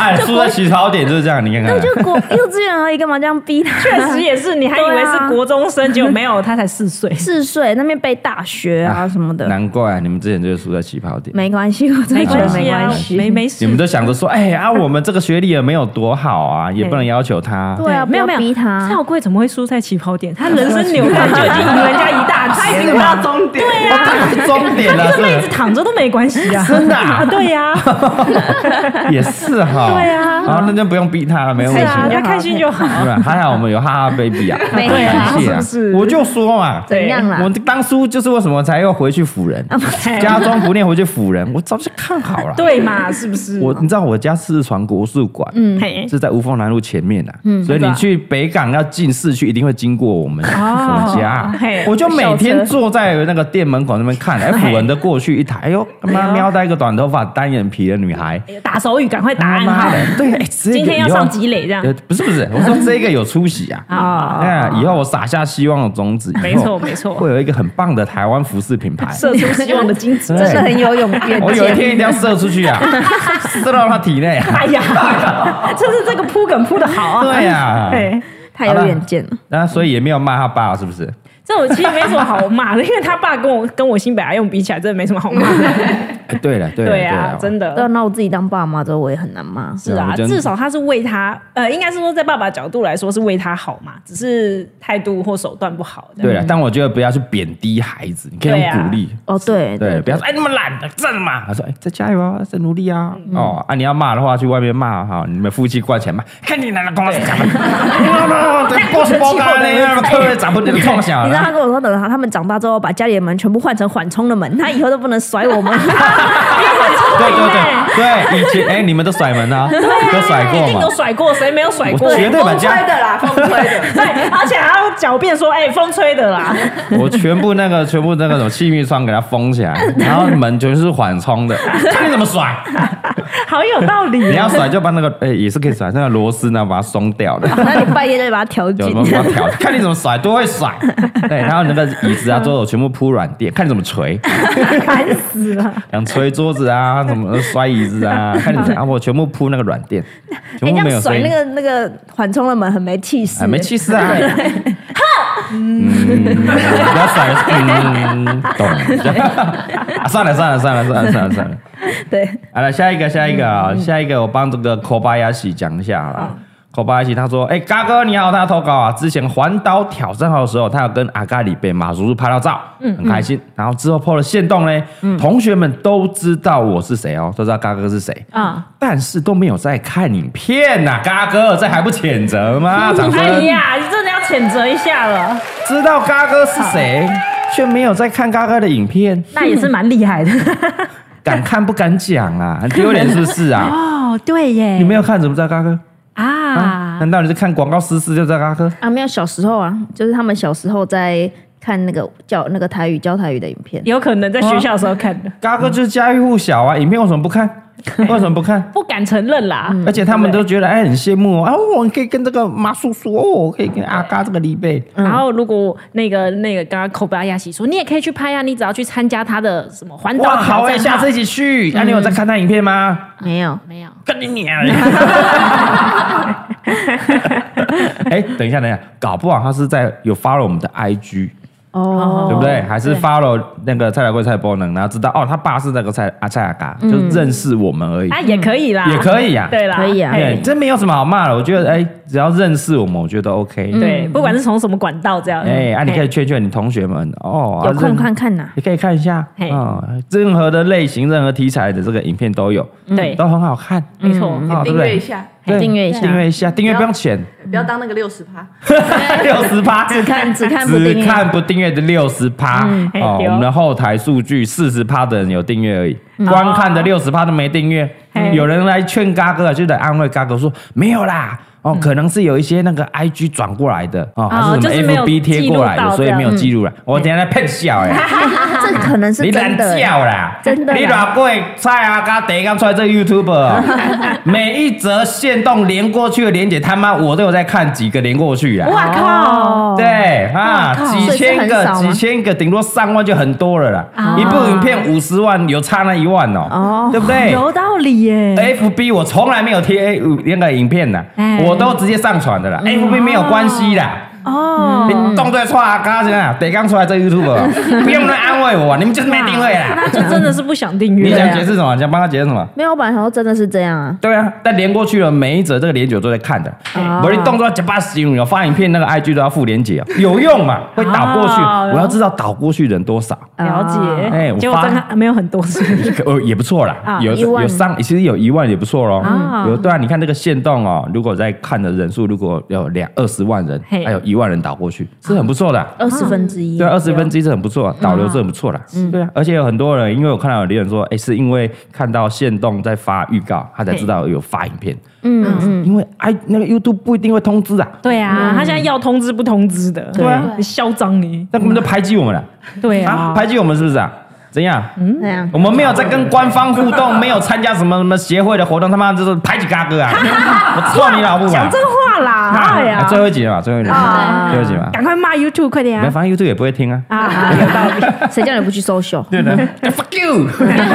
哎，输在起跑点就是这样，你看看对，。就国幼稚园而已，干嘛这样逼他？确实也是，你还以为是国中生，结果没有，他才四 岁。四岁那边背大学啊什么的，难怪你们之前就是输在起跑点，没关系，我真的觉得没关系，啊没没你事们。都想着说，哎啊，我们这个学历也没有多好啊，也不能要求他。对啊，没有没有逼蔡他。小贵怎么会输在起跑点？他人生扭蛋就已经赢人家一大 他已截经了 到嘛，终点，对啊哦，这 啊是终点了，这辈 子是躺着都没关系啊，真的啊， 对呀，也是哈。对啊啊，那就不用逼他了，没有问是题。啊，他开心 就好。对吧？还好我们有哈哈 baby 啊，没有对啊是不是我就说嘛，怎样啦我当初就是为什么才要回去辅 仁，家中不念回去辅仁，我早就看好了。哎对嘛，是不是？我你知道我家四川国术馆，嗯，嘿是在吴凤南路前面的、啊嗯所以你去北港要进市区，一定会经过我们府家哦嘿。我就每校车天坐在那个店门口那边看，哎，嘿府人的过去一台，哎呦，他妈瞄到一个短头发单眼皮的女孩，打手语，赶快打他暗妈号。的，对，哎这个今天要以后上积累这样呃不是不 是，我说这个有出息啊。啊，那以后我撒下希望的种子，以后没错没错会有一个很棒的台湾服饰品牌。射出希望的精 子。对真的很有勇远我有一见，天一定要射出 去啊，射到他体内啊。哎呀，就是这个铺梗铺的好啊！对呀对，太有远见了。那所以也没有骂他爸，是不 是？这我其实没什么好骂的，因为他爸跟我跟我新北阿用比起来，真的没什么好骂的。哎对了，对了，对啊了，，真的对啊，那我自己当爸妈之后，我也很难骂。是啊，我真至少他是为他，呃，应该是说在爸爸角度来说是为他好嘛，只是态度或手段不好的。对了。但我觉得不要去贬低孩子，你可以用对啊鼓励。哦，对对，不要说哎那么懒，真的嘛？他说哎，再加油啊，再努力啊！哦啊，你要骂的话，去外面骂啊哈，你们夫妻关起来骂，看你哪个光讲嘛， 对， 光是包干的，那个啊特别长不点痛想 你知道他跟我说，等他们长大之后，把家里的门全部换成缓冲 的门，他以后都不能甩我们。对对对对，以前哎，你们都甩门啊，都甩一过定嘛有，甩过，谁没有甩过？我绝 对把家的 啦，风吹的。对，而且还要狡辩说，哎，风吹的啦。我全部那个全部那个什么气密窗给它封起 来，然后门全是缓冲 的，看你怎么 甩。 好有道理、哦。你要甩就把那个哎、也是可以甩，那个螺丝呢把它松掉的，那你半夜就把它调有紧什。么把它调， 看你怎么甩，多会 甩。对，然后那个椅子啊、桌子全部铺软垫，看你怎么捶，烦 死了。想捶桌子啊，怎么摔椅子 啊，看你怎么，啊、我全部铺那个软垫，哎，全部这没有声样甩音那。个那个缓冲的门很没气势哎，。没气势啊！嗯，不要甩，嗯， 懂。 啊，算了算了算了算了算了算了。对，好了，下一个，下一个啊，下一个，我帮这个 Kobayashi 讲一下好了。Kobayashi 他说：“哎、嘎哥你好，他投稿啊。之前环岛挑战号的时候，他有跟阿咖里被马叔叔拍到照，很开心。然后之后 PO 了线动嘞，同学们都知道我是谁哦，都知道嘎哥是谁啊，但是都没有在看影片呐、嘎哥，这还不谴责吗？掌 声！哎呀，你真的要谴责一下了，知道嘎哥是谁，却没有在看嘎哥的影片， 那也是蛮厉害的。敢看不敢讲 啊，很丢脸是不是啊？哦，对耶你没有看怎么知道嘎哥？”啊啊，难道你是看广告私事就在拉哥？啊，没有小时候啊，就是他们小时候在看那个教那个台语教台语的影 片。有可能在学校的时候看的，嘎哥就是家喻户晓啊，影片为什么不 看？为什么不看？ 不敢承认啦。而且他们都觉得哎很羡慕哦啊，我可以跟这个马叔叔，哦，我可以跟阿嘎这个李贝，然后，如果那个那个刚刚口巴亚喜说，你也可以去拍啊，你只要去参加他的什么环岛哇，好挑哎，战，下次一起去。那、你有在看他影片吗？没有，没有跟你 娘！哎，等一下，等一下，搞不好他是在有发了我们的 IG，哦对不对？还是 follow 那个蔡雅贵、蔡波能，然后知道哦，他爸是那个蔡阿蔡雅嘎，嗯就认识我们而已。哎啊，也可以啦，也可以啊对啦，可以啊对，真没有什么好骂的。我觉得，哎，只要认识我们，我觉得 OK。嗯对，不管是从什么管道这样，哎，啊，你可以以劝劝你同学们哦，啊有空，认看看 呐。你可以看一下嘿啊，任何的类型、任何题材的这个影片都有，嗯对，都很好看。没错，啊对订不阅一对？下，对订阅一下嗯订阅一下，订阅不用钱，不要当那个六十趴。 六十趴，只看只看不订只阅看不订阅的六十趴嘿哦，对我哦们的后台数据四十趴的人有订阅而已，观看的六十趴都没订阅。嘿有人来劝嘎哥，就来安慰嘎哥说没有啦。哦，可能是有一些那个 I G 转过来的哦，还就是是什没么有 F B 贴过来记录的，到所以没有记录了。我等一下在骗笑哎，这可能是你懒真的耶，叫啦，真的啦你老贵菜啊，刚第一刚出来这 YouTube，、哦、每一则线动连过去的连接，他妈我都有在看几个连过去啊。哎哇靠，哦，对啊，几千所以个是很、少吗啊几千个，顶多上万就很多了啦。一部影片五十万，有差那一万哦，哦对不对有道理哎耶， ？FB 我从来没有贴那个影片的，哎我都直接上传的啦。FB 嗯没有关系啦，哦你，动作错啊，刚刚啊，得刚出来这 YouTube，哦 不用来安慰我，你们就是没定位啦。那就真的是不想订你阅想啊解，释什么？你想帮他解释什么？没有，我本来想说真的是这样啊。对啊，但连过去了，每一则这个连九都在看的。我的动作假巴使用，有发影片那个 IG 都要附连结哦，有用嘛？会导过去，哦我要知道导过去人多少，了解，哎我结果发真的没有很多是不是呃，也不错啦啊，有一万有上，其实有一万也不错咯啊。有对啊，你看这个线动哦，如果在看的人数如果有两二十万人，嘿还有一万人导过去，是很不错的啊。二十分之一，对啊，二十分之一是很不错，导流是很不错啦。对啊，而且有很多人，因为我看到有留言说，哎，是因为看到线动在发预告，他才知道有发影片。嗯嗯，因为哎，那个 YouTube 不一定会通知啊，对啊，他现在要通知不通知的，对啊很嚣张你，那根本就排挤我们了对啊！啊，排挤我们是不是啊？怎样？那样我们没有在跟官方互动，没有参加什么什么协会的活动，他妈就是排挤嘎哥啊！我操你老母啊讲！真话啦，啊哎呀最，后一集了嘛，最后一集嘛，啊最后一集嘛，赶快骂 YouTube 快点没啊反正 YouTube 也不会听啊。啊！有道理，谁叫你不去 social？对啊的，fuck 哎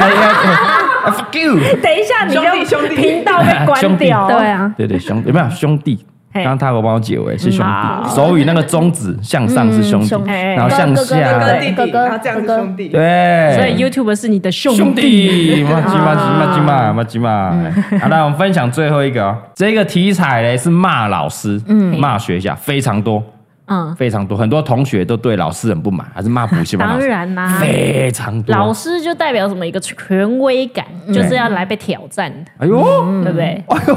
you，fuck 哎 you，等一下，你兄弟兄就弟频道被关兄弟掉，对啊，对对兄有没有兄弟？嘿刚刚他有帮我解围是兄好弟，手语那个中指向上是兄嗯弟兄，弟然后向哥哥哥下哥对弟哥弟，哥然后这样哥是哥兄弟。啊对，所以 YouTube 是你的兄哎啊兄弟，马吉马吉马吉马马吉马。嗯好那我们分享最后一个哦，这个题材嘞是骂老师，骂学校非常多，嗯，非常多，很多同学都对老师很不满，还是骂补习班老当师，然啦、非常多。老师就代表什么一个权威感，就是要来被挑战的，哎呦，对不对？哎呦，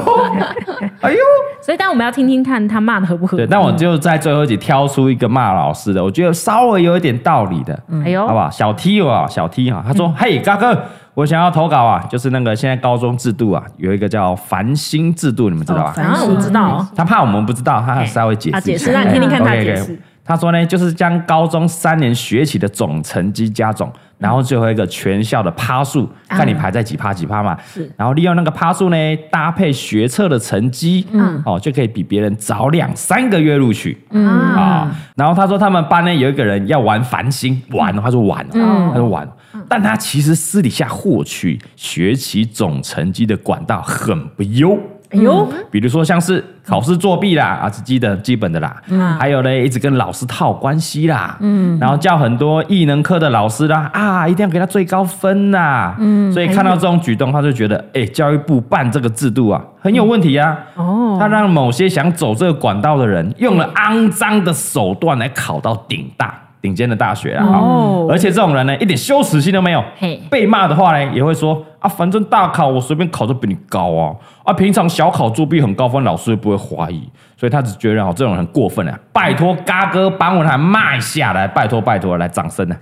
嗯 哎呦，所以，但我们要听听看他骂的合不合对，但我就在最后一集挑出一个骂老师的，我觉得稍微有一点道理的，哎呦好不好？小 T 啊，小 T 啊，他说：“嗯嘿，嘎哥，我想要投稿啊，就是那个现在高中制度啊，有一个叫繁星制度，你们知道吧？”然啊后我知道，他怕我们不知道，他稍微解释啊，一解下释，。那你听听看他 OK，OK 解释。他说呢，就是将高中三年学期的总成绩加总，然后最后一个全校的趴数，啊看你排在几趴几趴嘛。是。然后利用那个趴数呢，搭配学测的成绩，嗯，哦，就可以比别人早两三个月录取。嗯啊、然后他说他们班呢有一个人要玩繁星，玩哦，他说玩哦，嗯他说玩哦。但他其实私底下获取学期总成绩的管道很不优，哎呦，比如说像是考试作弊啦，啊，是基的基本的啦，嗯还有呢，一直跟老师套关系啦，嗯，然后叫很多异能科的老师啦，啊，一定要给他最高分呐，嗯，所以看到这种举动，他就觉得，哎、教育部办这个制度啊，很有问题啊，哦，他让某些想走这个管道的人，用了肮脏的手段来考到顶大。顶尖的大学啊，哦、哦而且这种人呢，一点羞耻心都没有嘿。被骂的话呢，也会说啊，反正大考我随便考都比你高啊，啊，平常小考作弊很高分，老师又不会怀疑，所以他只觉得哦，这种人过分啊，拜托嘎哥帮我来骂一下来，拜托拜托，来掌声啊！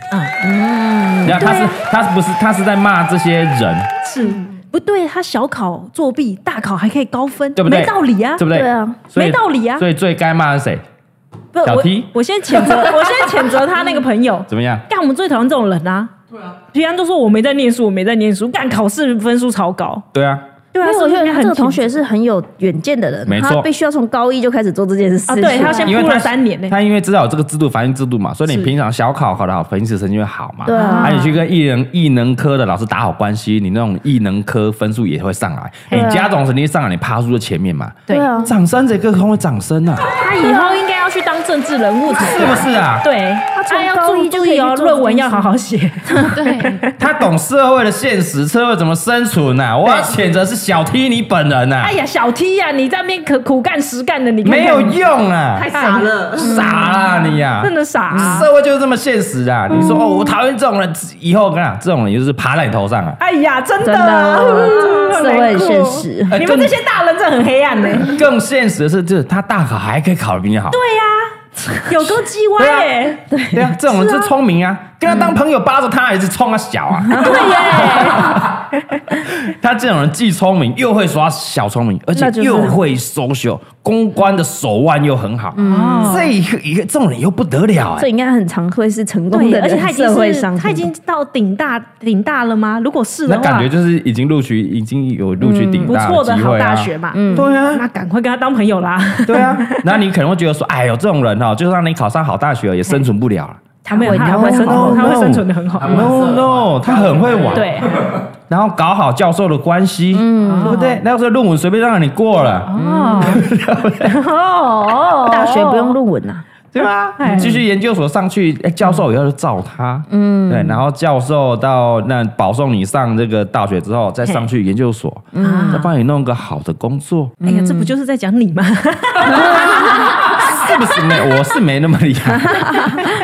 嗯，然后啊他是、他是不是他是在骂这些人，是不对，他小考作弊，大考还可以高分，对不对？没道理啊，对不对？对啊所以没道理啊所以最该骂的是谁？不，我小 T 我先谴 责，我先谴责他那个朋友。怎么样？干，我们最讨厌这种人啊！对啊，平常都说我没在念书，我没在念书，干考试分数超高。对啊，对啊，因为我觉是不得是他这个很同学是很有远见的人，没错他必须要从高一就开始做这件事情。啊对他要先因为铺了他三年呢他因为知道有这个制度，反应制度嘛，所以你是平常小考考得好，平时成绩会好嘛。对啊啊，你去跟艺人艺能科的老师打好关系，你那种艺能科分数也会上来，你啊家总成绩上来，你趴数在前面嘛。对啊，掌声，这个空会掌声啊！他以后应该要去当当政治人物才是不是啊？对，从啊要高注一意就注可以意去哦，做论文这件要好好写。对，他懂社会的现实，社会怎么生存呐、啊？我要谴责是小 T 你本人呐、啊哎，呀，小 T 呀、你在那边可苦干实干的，你看看没有用啊，太傻了。傻啦你呀、真的傻、啊。社会就是这么现实啊！你说哦，我讨厌这种人，以后我跟你讲，这种人就是爬在你头上啊！哎呀，真的真啊， 的，社会很现实。哎你们这些大人真的很黑暗呢、 更现实的是，就是他大考还可以考得比你好。对呀、有够鸡歪耶！对对啊，这种人就聪明啊，跟他当朋友扒着他也是冲他 小啊。对耶，他这种人既聪明又会耍小聪明，而且那就是又会 social，公关的手腕又很好。嗯这一个一个这种人又不得了哎这。应该很常会是成功对，啊的而且他人已经社会是上，他已经到顶大顶大了吗？如果是的那话，感觉就是已经录取，已经有录取顶嗯不大错的机好会大啊。学嘛。对啊，那赶快跟他当朋友啦！对啊，然后你可能会觉得说，哎呦，这种人哦，就算你考上好大学也生存不了了。啊他没有，会他他会哦会生好存，他会好生存的很好。 No no，他很会玩，，对，然后搞好教授的关系，嗯，对不对？那时候论文随便让你过了，哦，哦大学不用论文啊呐，对吧？你继续研究所上去，哎教授以后就照他，嗯，对，然后教授到那保送你上这个大学之后，再上去研究所，再帮你弄个好的工作，哎呀，这不就是在讲你吗？是不是？没，我是没那么厉害，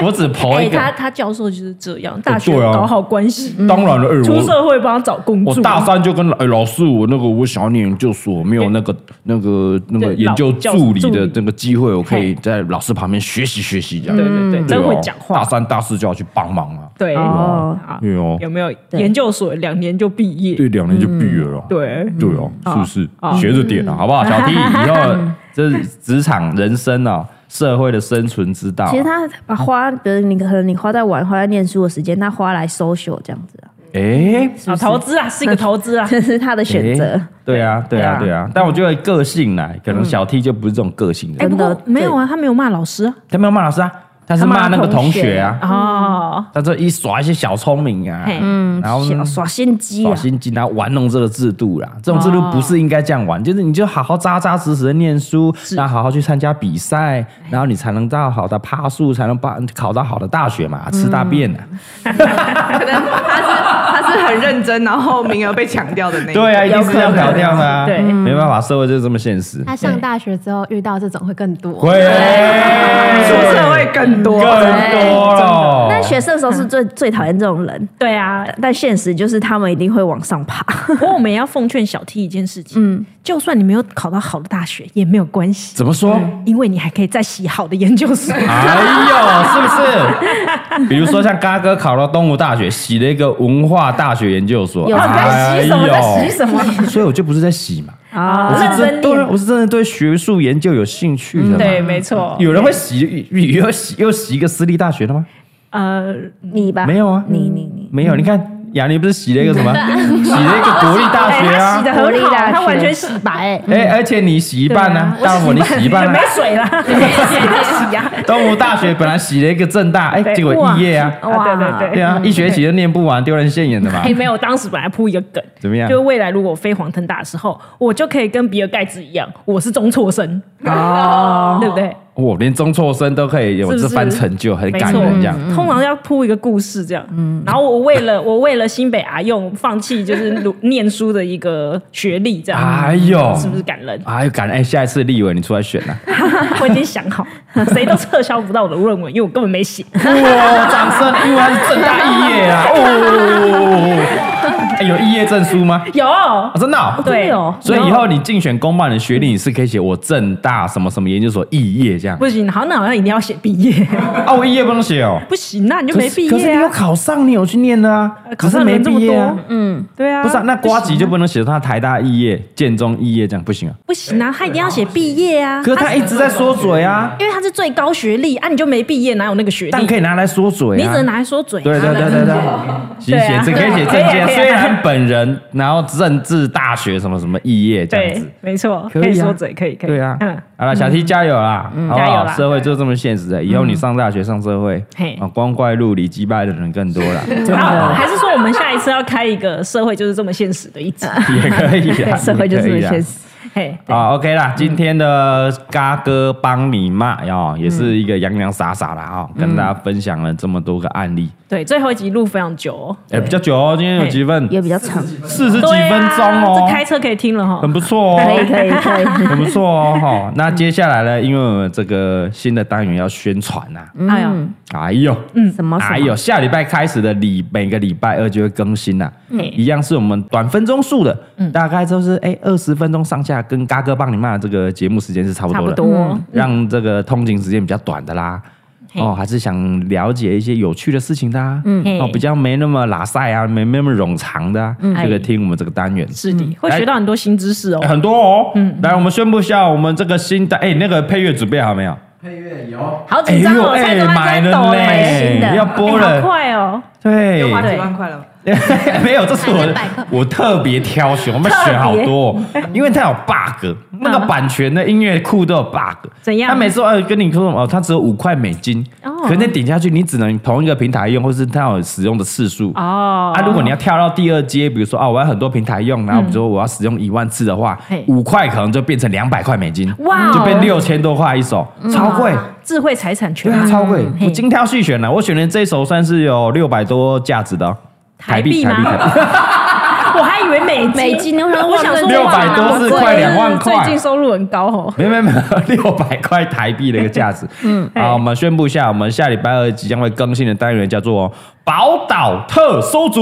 我只刨一个，哎他教授就是这样，对啊关系，当然了，哎出我社会帮他找工我作。大三就跟老、哎老师，我那个我想要念研究所，没有那个那个那个对研究老教助理助的理那个机会，我可以嘿在老师旁边学习学习这样。对对对，对真哦会讲话大。三大四就要去帮忙了。对哦啊对哦，有没有研究所两年就毕业？对，两年就毕业了。对，对哦，是不是？学着点啊，好不好？小 T，以后这是职场人生啊，社会的生存之道啊。其实他把花，比如你可能你花在玩、花在念书的时间，他花来 social 这样子啊，哎，啊，投资啊，是一个投资啊。 这是他的选择哎。对啊，对啊，对对啊。但我觉得个性呢，可能小 T 就不是这种个性的哎，人，不真的过没有啊，他没有骂老师啊。他没有骂老师啊，他是他骂骂那个同同学学啊。哦，他这一耍一些小聪明啊嘿，嗯，然后小耍心机耍啊，心机，然后玩弄这个制度啦。这种制度不是应该这样玩，就是你就好好扎扎实实的念书，然后好好去参加比赛，然后你才能到好的趴数，才能把考到好的大学嘛，吃大便啊。可能他是他是很认真，然后名额被抢掉的那一个对啊，一定是要能搞掉的啊，对没办法，社会就是这么现实。他上大学之后遇到这种会更多。会出社会更更。多多了，但学生的时候是最最讨厌这种人，对 啊，但现实就是他们一定会往上爬。不过我们也要奉劝小 T 一件事情，嗯，就算你没有考到好的大学也没有关系，怎么说？因为你还可以再洗好的研究所。哎呦，是不是？比如说像嘎哥考到东吴大学，洗了一个文化大学研究所，有哎呦在洗什么，在洗什么所以我就不是在洗嘛，啊我是真 认真念嗯对啊，我是真的对学术研究有兴趣的嘛。对，没错。有人会洗又洗又洗一个私立大学的吗？呃，你吧，没有啊你你你，没有，你看雅尼不是洗了一个什么？洗了一个国立大学哎他洗啊的。国很立好，大他学完全洗白，哎，而且你洗啊一半呢，大我你洗一半 没啊。水了， 洗呀。东吴大学本来洗了一个正大，哎，对结果肄业啊，啊对对 对对啊，一学期就念不完，丢人现眼 的嘛哎、。没有，我当时本来铺一个梗，怎么样 就未来如果我飞黄腾达的时候，我就可以跟比尔盖茨一样，我是中辍生，哦，对不对？我连中辍生都可以有是不这是番成就，很没感错，嗯人这样。嗯通常要铺一个故事这样。然后我为了我为了新北阿用放弃就是努念书的一个学历这样，哎呦，是不是感人？哎呦，感人！哎，下一次立委你出来选 啊！我已经想好，谁都撤销不到我的论文，因为我根本没写。哇，掌声！因为他是正大肄业 啊！哦，哎有肄业证书吗？有，啊，真的哦。对哦所以以后你竞选公办的学历，你是可以写我正大什么什么研究所肄业这样。不行，好，那好像一定要写毕业，啊，我肄业不能写哦。不行，那你就没毕可是业你有啊。呃考上，你有去念的啊，只考是上没人这毕么业多啊。，嗯，对啊，不是啊，那瓜吉就不能写他台大肄业、建中肄业这样不行啊。不行啊，他一定要写毕业啊。可是他一直在说嘴啊。因为他是最高学历啊，你就没毕业，哪有那个学历？但可以拿来说嘴、啊，你只能拿来说嘴、啊。对对对对对，写写这可以写证对件，啊可以啊虽然本人然后政治大学什么什么肄业这样对子，没错，可以啊可以说嘴，可以可以。对啊嗯，，好了，小 T 加油啦，好不加油好？啦社会就这么现实的，以后你上大学上社会嘿，啊，光怪陆离击败的人更多 了，啊，还是说我们下一次要开一个社会就是这么现实的一集？ 也可以啊， 社会就是这也可么以啊现实。嘿，对啊，OK 啦，今天的嘎哥帮你骂哦，也是一个洋洋洒洒啦哦，嗯跟大家分享了这么多个案例，对，最后一集录非常久哦，哎，比较久哦，今天有几份，也比较长，四十几哎对分啊钟哦这，开车可以听了哈很。不错可以哦。可 以可以，很不错哦，哈。那接下来呢？因为我们这个新的单元要宣传呐、哎呦，哎呦，嗯，什么什哎么呦，下礼拜开始的礼，每个礼拜二就会更新啦、啊一样是我们短分钟数的，嗯大概就是哎二十分钟上下，跟嘎哥帮你骂这个节目时间是差不差多不的，多，让这个通勤时间比较短的啦。嘿嗯哦，还是想了解一些有趣的事情的、啊，嘿嗯哦，比较没那么拉塞啊，没没那么冗长的、啊，这个听我们这个单元是的，会学到很多新知识哦嗯哎。很多哦。来，我们宣布一下我们这个新的，哎，那个配乐准备好没有？配乐有好哎紧张哦，呦哎蔡宗买安在了抖买嘞，新的呢，要哎播好了，快哦，对，花几万块了吗？ 没有，这是我的百克我特别挑选，我们选好多，哦因为它有 bug，那个版权的音乐库都有 bug。嗯怎样他每次呃跟你说什么哦，它只有五块美金，哦可是你点下去，你只能同一个平台用，或是它有使用的次数。哦啊，如果你要跳到第二阶，比如说啊，我要很多平台用，然后比如说我要使用一万次的话嗯嘿，五块可能就变成两百块美金，哇哦就变六千多块一首，超贵。智慧财产权对啊，嘛超贵！嗯嘿我精挑细选了，啊我选的这首算是有六百多价值的哦台币台吗币，台币。我还以为美美金我想说我想说600哇多好是贵快两万块最近收入很高哦。没没没， 六百块台币的一个价 值。嗯，哎好，我们宣布一下，我们下礼拜二即将会更新的单元叫做“宝岛特搜组”。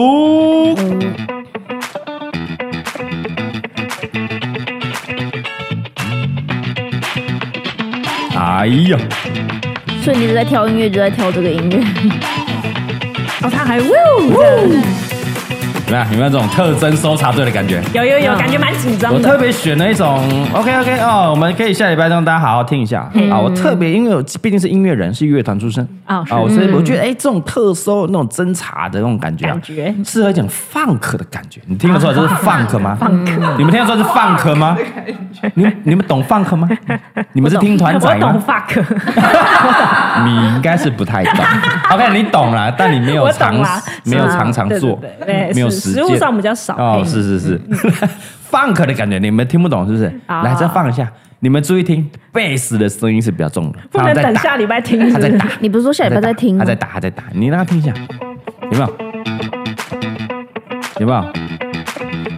哎呀，所以你一直在挑音乐，就在挑这个音乐， 哦，他还呜，怎么样？有没有这种特征搜查队的感觉？有有有，感觉蛮紧张我的特。别选了一种 OK OK 哦，我们可以下礼拜让大家好好听一下啊。我特别因为我毕竟是音乐人，是乐团出身嗯哦是啊，我所以我觉得哎，这种特搜那种侦查的那种感觉啊，感觉啊适合讲 funk 的感觉。你听得出来这是 funk 吗？funk，你们听得出来是 funk 吗？你们你们懂 funk 吗？你们是听团我仔吗懂？fuck， 你应该是不太懂。OK，你懂 啦，但你没有我懂常啦，啊没有常常对做对对对，没有是时食物间上比较少。哦，嘿嗯是是是 ，funk 的感觉你们听不懂是不是？啊来再放一下，你们注意听，贝斯的声音是比较重的，不能等下礼拜听是他不在是。打，你不是说下礼拜再听他吗在？打，他在打，你让他听一下，有没有？有没有？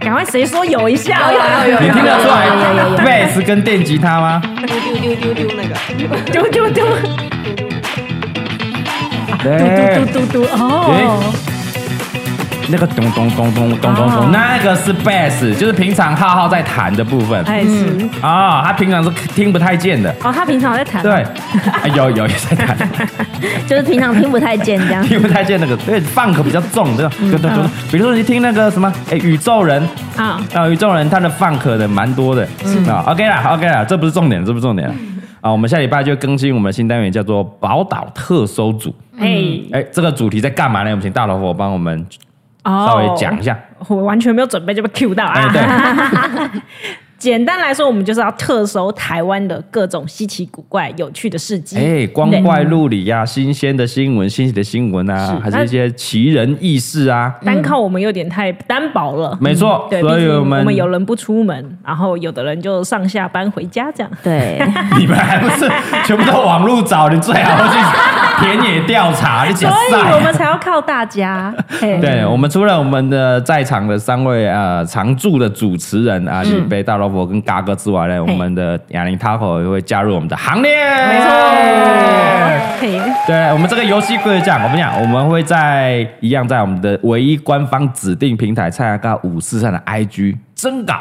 赶快谁说有一下？啊有你听得出有有有有来有贝斯跟电吉他吗？丢丢丢丢那个，丢丢丢对嘟，嘟嘟嘟哦，诶那个咚咚咚咚咚咚哦咚，那个是贝斯，就是平常浩浩在弹的部分哎是啊，他平常是听不太见的。哦，他平常在弹对，哎有有也在弹。 就是平常听不太见这样。听不太见那个，对，funk 比较重，对吧？嗯对对对。比如说你听那个什么，哎，宇宙人啊，啊，宇宙人他的 funk 的蛮多的，嗯啊，OK 啦，OK 啦，这不是重点，这不是重点啊，我们下礼拜就更新我们的新单元，叫做宝岛特搜组。哎哎，这个主题在干嘛呢？我们请大老虎帮我们哦，稍微讲一下。我完全没有准备就被 Q 到哎，啊！对，简单来说，我们就是要特搜台湾的各种稀奇古怪、有趣的事迹。哎，光嗯对怪陆离呀，新鲜的新闻，新奇的新闻啊，还是一些奇人异事啊。单靠我们有点太单薄了。嗯没错，对，所毕以竟我们有人不出门，然后有的人就上下班回家这样。对， 你们还不是全部都网路找？你最好去田野调查，你哎所讲以我晒。们才要靠大 家。嘿对我们除了我们的在场的三位呃常驻的主持人啊，嗯李贝、大萝卜跟嘎哥之外呢，我们的哑铃 Taco 也会加入我们的行列。没嘿，对我们这个游戏规则这样，我们讲，我们会在一样在我们的唯一官方指定平台蔡阿嘎五四三的 IG 征稿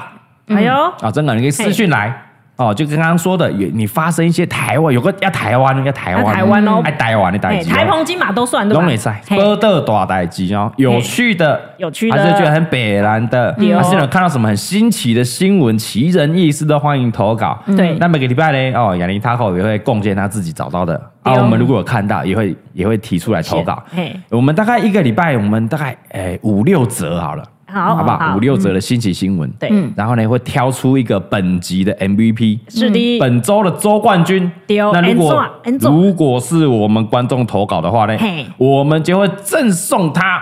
哎呦，啊，征稿你可以私讯来。哦，就跟刚刚说的，有你发生一些台湾有个要台湾，要台湾，要台湾哦爱台湾的代嘿志，台澎金马都算对吧？哦拢会使，嘿波特大代志哦，有趣的，有趣的还是觉得很北然的，啊对哦还是有看到什么很新奇的新闻、奇人异事都欢迎投稿。对那每个礼拜呢，哦，雅玲 Taco 也会贡献他自己找到的，对啊，哦我们如果有看到，也会也会提出来投稿是嘿。我们大概一个礼拜，我们大概诶五六折好了。好好不好好？五六折的新奇新闻，对嗯，然后呢会挑出一个本集的 MVP，是的，本周的周冠军。对哦那如果安怎安怎如果是我们观众投稿的话呢嘿，我们就会赠送他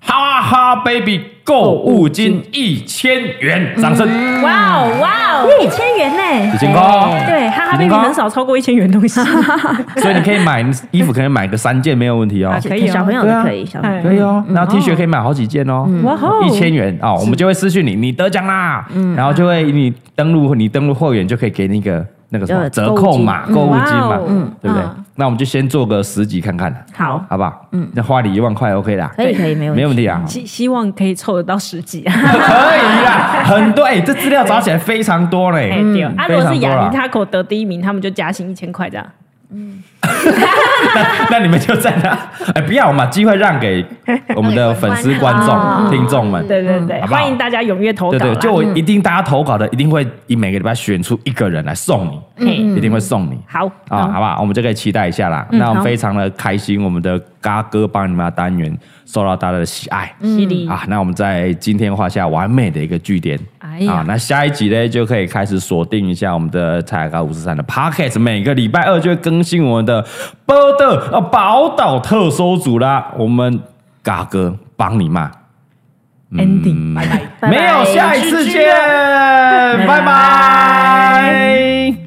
哈哈 baby 购物金一千嗯元，掌声！哇嗯哦哇哦，一千元呢、一千块，对，哈哈一千 baby 块很 少超过一千元东西，所以你可以买衣服，可以买个三件没有问题哦啊。可以哦小朋友对的啊可以，小朋友哎可以哦，然后 T 恤可以买好几件哦，哇哦，嗯一千元哦，我们就会私讯你，你得奖啦，然后就会你登录你登录后援就可以给你一个那个什么呃折扣码、购购物物金金嘛哇哦嗯，对不对嗯？那我们就先做个十集看看，好好不好？嗯，那花你一万块 OK 啦，可以可以，没有没问问题。题啊， 希希望可以凑得到十几啊。可以 啦，很多哎，这资料找起来非常多嘞哎，对，啊，如嗯非果是常多亚啦尼。他口得第一名，他们就加薪一千块这样。那你们就在那，哎，不要嘛，机会让给我们的粉丝、观 哦众、听众们，对对对，嗯好不好欢迎大家踊跃投稿对啦。嗯对，就我一定大家投稿的，一定会以每个礼拜选出一个人来送你，嘿一定会送你。嗯好，嗯嗯啊，好不好？我们就可以期待一下啦。那我们非常的开心，我们的嘎哥帮你们的单元受到大家的喜爱犀利，啊。那我们在今天画下完美的一个句点哎呀啊。那下一集呢，就可以开始锁定一下我们的蔡高五十三的 podcast，每个礼拜二就会更新我们的波的啊宝岛特搜组啦。我们嘎哥帮你骂。嗯 ending，拜拜。拜拜没 有，下一次见，拜拜。